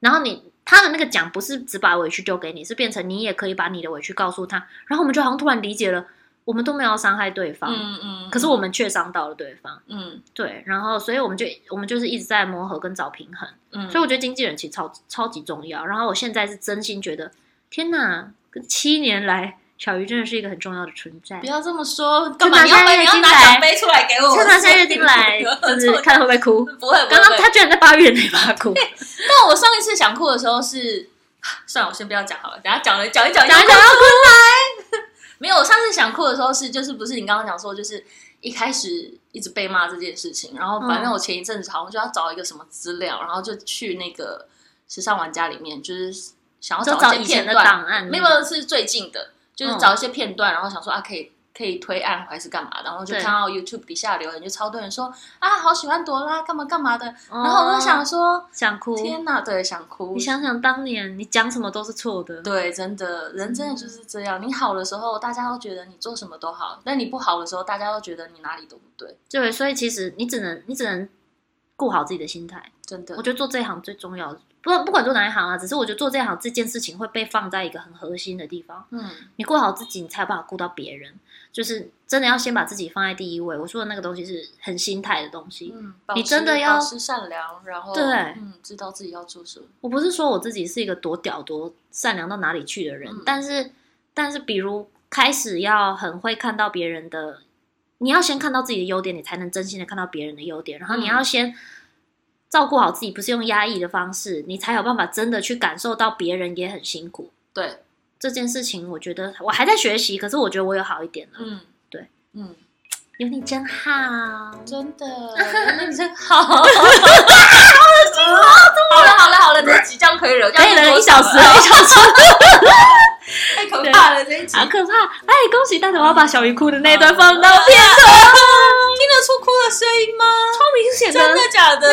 S1: 然后你她的那个讲不是只把委屈丢给你，是变成你也可以把你的委屈告诉她，然后我们就好像突然理解了，我们都没有要伤害对方，
S2: 嗯嗯，
S1: 可是我们却伤到了对方，
S2: 嗯
S1: 对，然后所以我们就我们就是一直在磨合跟找平衡。
S2: 嗯，
S1: 所以我觉得经纪人其实超超级重要。然后我现在是真心觉得，天哪，跟七年来，小鱼真的是一个很重要的存在
S2: 不。要这么说，
S1: 趁
S2: 干
S1: 拿
S2: 嘛？你要
S1: 现在
S2: 把你
S1: 月
S2: 要
S1: 经
S2: 拿
S1: 来
S2: 奖杯出来给我？
S1: 趁他现在月经来，就是看他会不会哭。
S2: 不会，
S1: 刚
S2: 刚
S1: 刚
S2: 刚
S1: 他居然在八月那把哭，
S2: 但哦我上一次想哭的时候是，啊算了，我先不要讲好了，等一下讲了讲一讲
S1: 讲一讲要哭。
S2: 没有，我上次想哭的时候是，就是不是你刚刚讲说，就是一开始一直被骂这件事情，然后反
S1: 嗯
S2: 正我前一阵子好像就要找一个什么资料，然后就去那个时尚玩家里面，就是想要
S1: 就
S2: 找
S1: 找
S2: 一
S1: 以
S2: 些片
S1: 前的
S2: 段，
S1: 档嗯案，哦
S2: 没有是最近的，就是找一些片段，然后想说啊，可以可以推案还是干嘛的，然后就
S1: 对
S2: 看到 YouTube 底下留言，就超多人说啊，好喜欢朵拉，干嘛干嘛的，
S1: 哦。
S2: 然后我就想说，
S1: 想哭。
S2: 天哪，对，想哭
S1: 你。想想当年，你讲什么都是错的。
S2: 对，真的，人真的就是这样。你好的时候，大家都觉得你做什么都好；但你不好的时候，大家都觉得你哪里都不对。
S1: 对，所以其实你只能你只能顾好自己的心态。
S2: 真的
S1: 我，觉得做这一行最重要的，不不管做哪一行啊，只是我觉得做这一行这件事情会被放在一个很核心的地方。
S2: 嗯
S1: 你顾好自己，你才有办法顾到别人。就是真的要先把自己放在第一位。我说的那个东西是很心态的东西。
S2: 嗯，保
S1: 你
S2: 持
S1: 真的要
S2: 保持善良，然后
S1: 对
S2: 嗯，知道自己要做什么。
S1: 我不是说我自己是一个多屌、多善良到哪里去的人，
S2: 嗯
S1: 但是但是，比如开始要很会看到别人的你要先看到自己的优点，你才能真心的看到别人的优点。然后你
S2: 嗯
S1: 要先照顾好自己，不是用压抑的方式，你才有办法真的去感受到别人也很辛苦
S2: 对，
S1: 这件事情。我觉得我还在学习，可是我觉得我有好一点了。
S2: 嗯，
S1: 对，
S2: 嗯，
S1: 有你真好，
S2: 真 的，嗯那你真好，好恶心好了好了好了，这集这样可以了，这
S1: 可
S2: 样
S1: 以了，
S2: 多
S1: 一小时
S2: 少了
S1: 了，一小时，
S2: 太可怕了，这一集
S1: 好可怕！哎，恭喜大头，我要把小鱼哭的那一段放
S2: 嗯
S1: 到片
S2: 听得出哭的声音吗？
S1: 超明显
S2: 真的
S1: 的，
S2: 假的？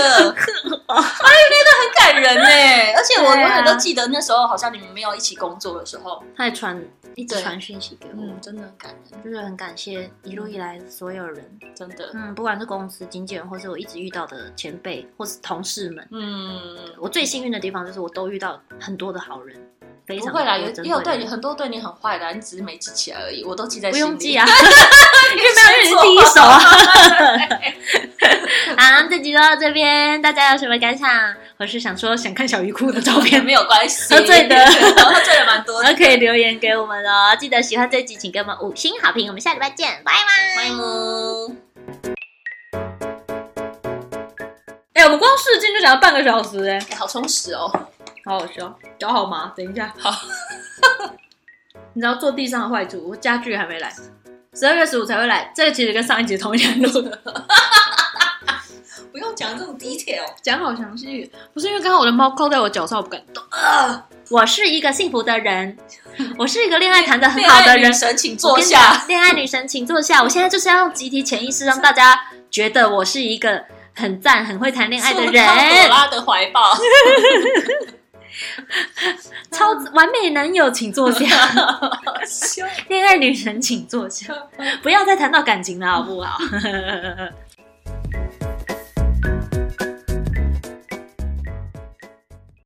S2: 哎 呦，那段 很感人呢，而且我永
S1: 对啊
S2: 远都记得那时候，好像你们没有一起工作的时候，
S1: 他还传一直
S2: 对
S1: 传讯息给我
S2: 嗯，，真的很感人，
S1: 就是很感谢一路以来所有人，
S2: 真的，
S1: 嗯，不管是公司经纪人，或是我一直遇到的前辈，或是同事们，
S2: 嗯，
S1: 我最幸运的地方就是我都遇到很多的好人，非
S2: 不
S1: 常
S2: 会啦，
S1: 多
S2: 有
S1: 珍
S2: 也有
S1: 贵的
S2: 对你
S1: 人
S2: 很多对你很坏的啊，你只是没记起来而已，我都记在
S1: 不
S2: 心里。
S1: 用记 啊，
S2: 因
S1: 因为没有人第一手啊。 好，这集就到这边，大家有什么感想，或是想说想看小鱼哭的照片
S2: 没，有关系，
S1: 喝醉的
S2: 喝醉的蛮多的
S1: 都。可以留言给我们哦。记得喜欢这集，请给我们五星好评，我们下礼拜见，拜拜。
S2: 欢迎哦。
S3: 哎、我们光试镜就讲了半个小时、哎，
S2: 哎好充实哦。
S3: 好好笑，脚好麻。等一下，好。 你知道坐地上的坏处，我家具还没来，十二月十五才会来。这个其实跟上一集同一天录的，
S2: 不用讲这种 detail，
S3: 讲好详细。不是因为刚刚我的猫靠在我脚上，我不敢动。
S1: 我是一个幸福的 人，我是一个恋爱谈的很好的
S2: 恋爱
S1: 人
S2: 女。神请
S1: 我
S2: 坐
S1: 跟你
S2: 下。
S1: 讲，恋爱女神，请坐下。我现在就是要用集体潜意识让大家觉得我是一个很赞、很会谈恋爱的
S2: 坐到朵
S1: 人，
S2: 拉的怀 抱，
S1: 超完美男友，请坐下。 恋爱女神，请坐下。不要再谈到感情了，好不好？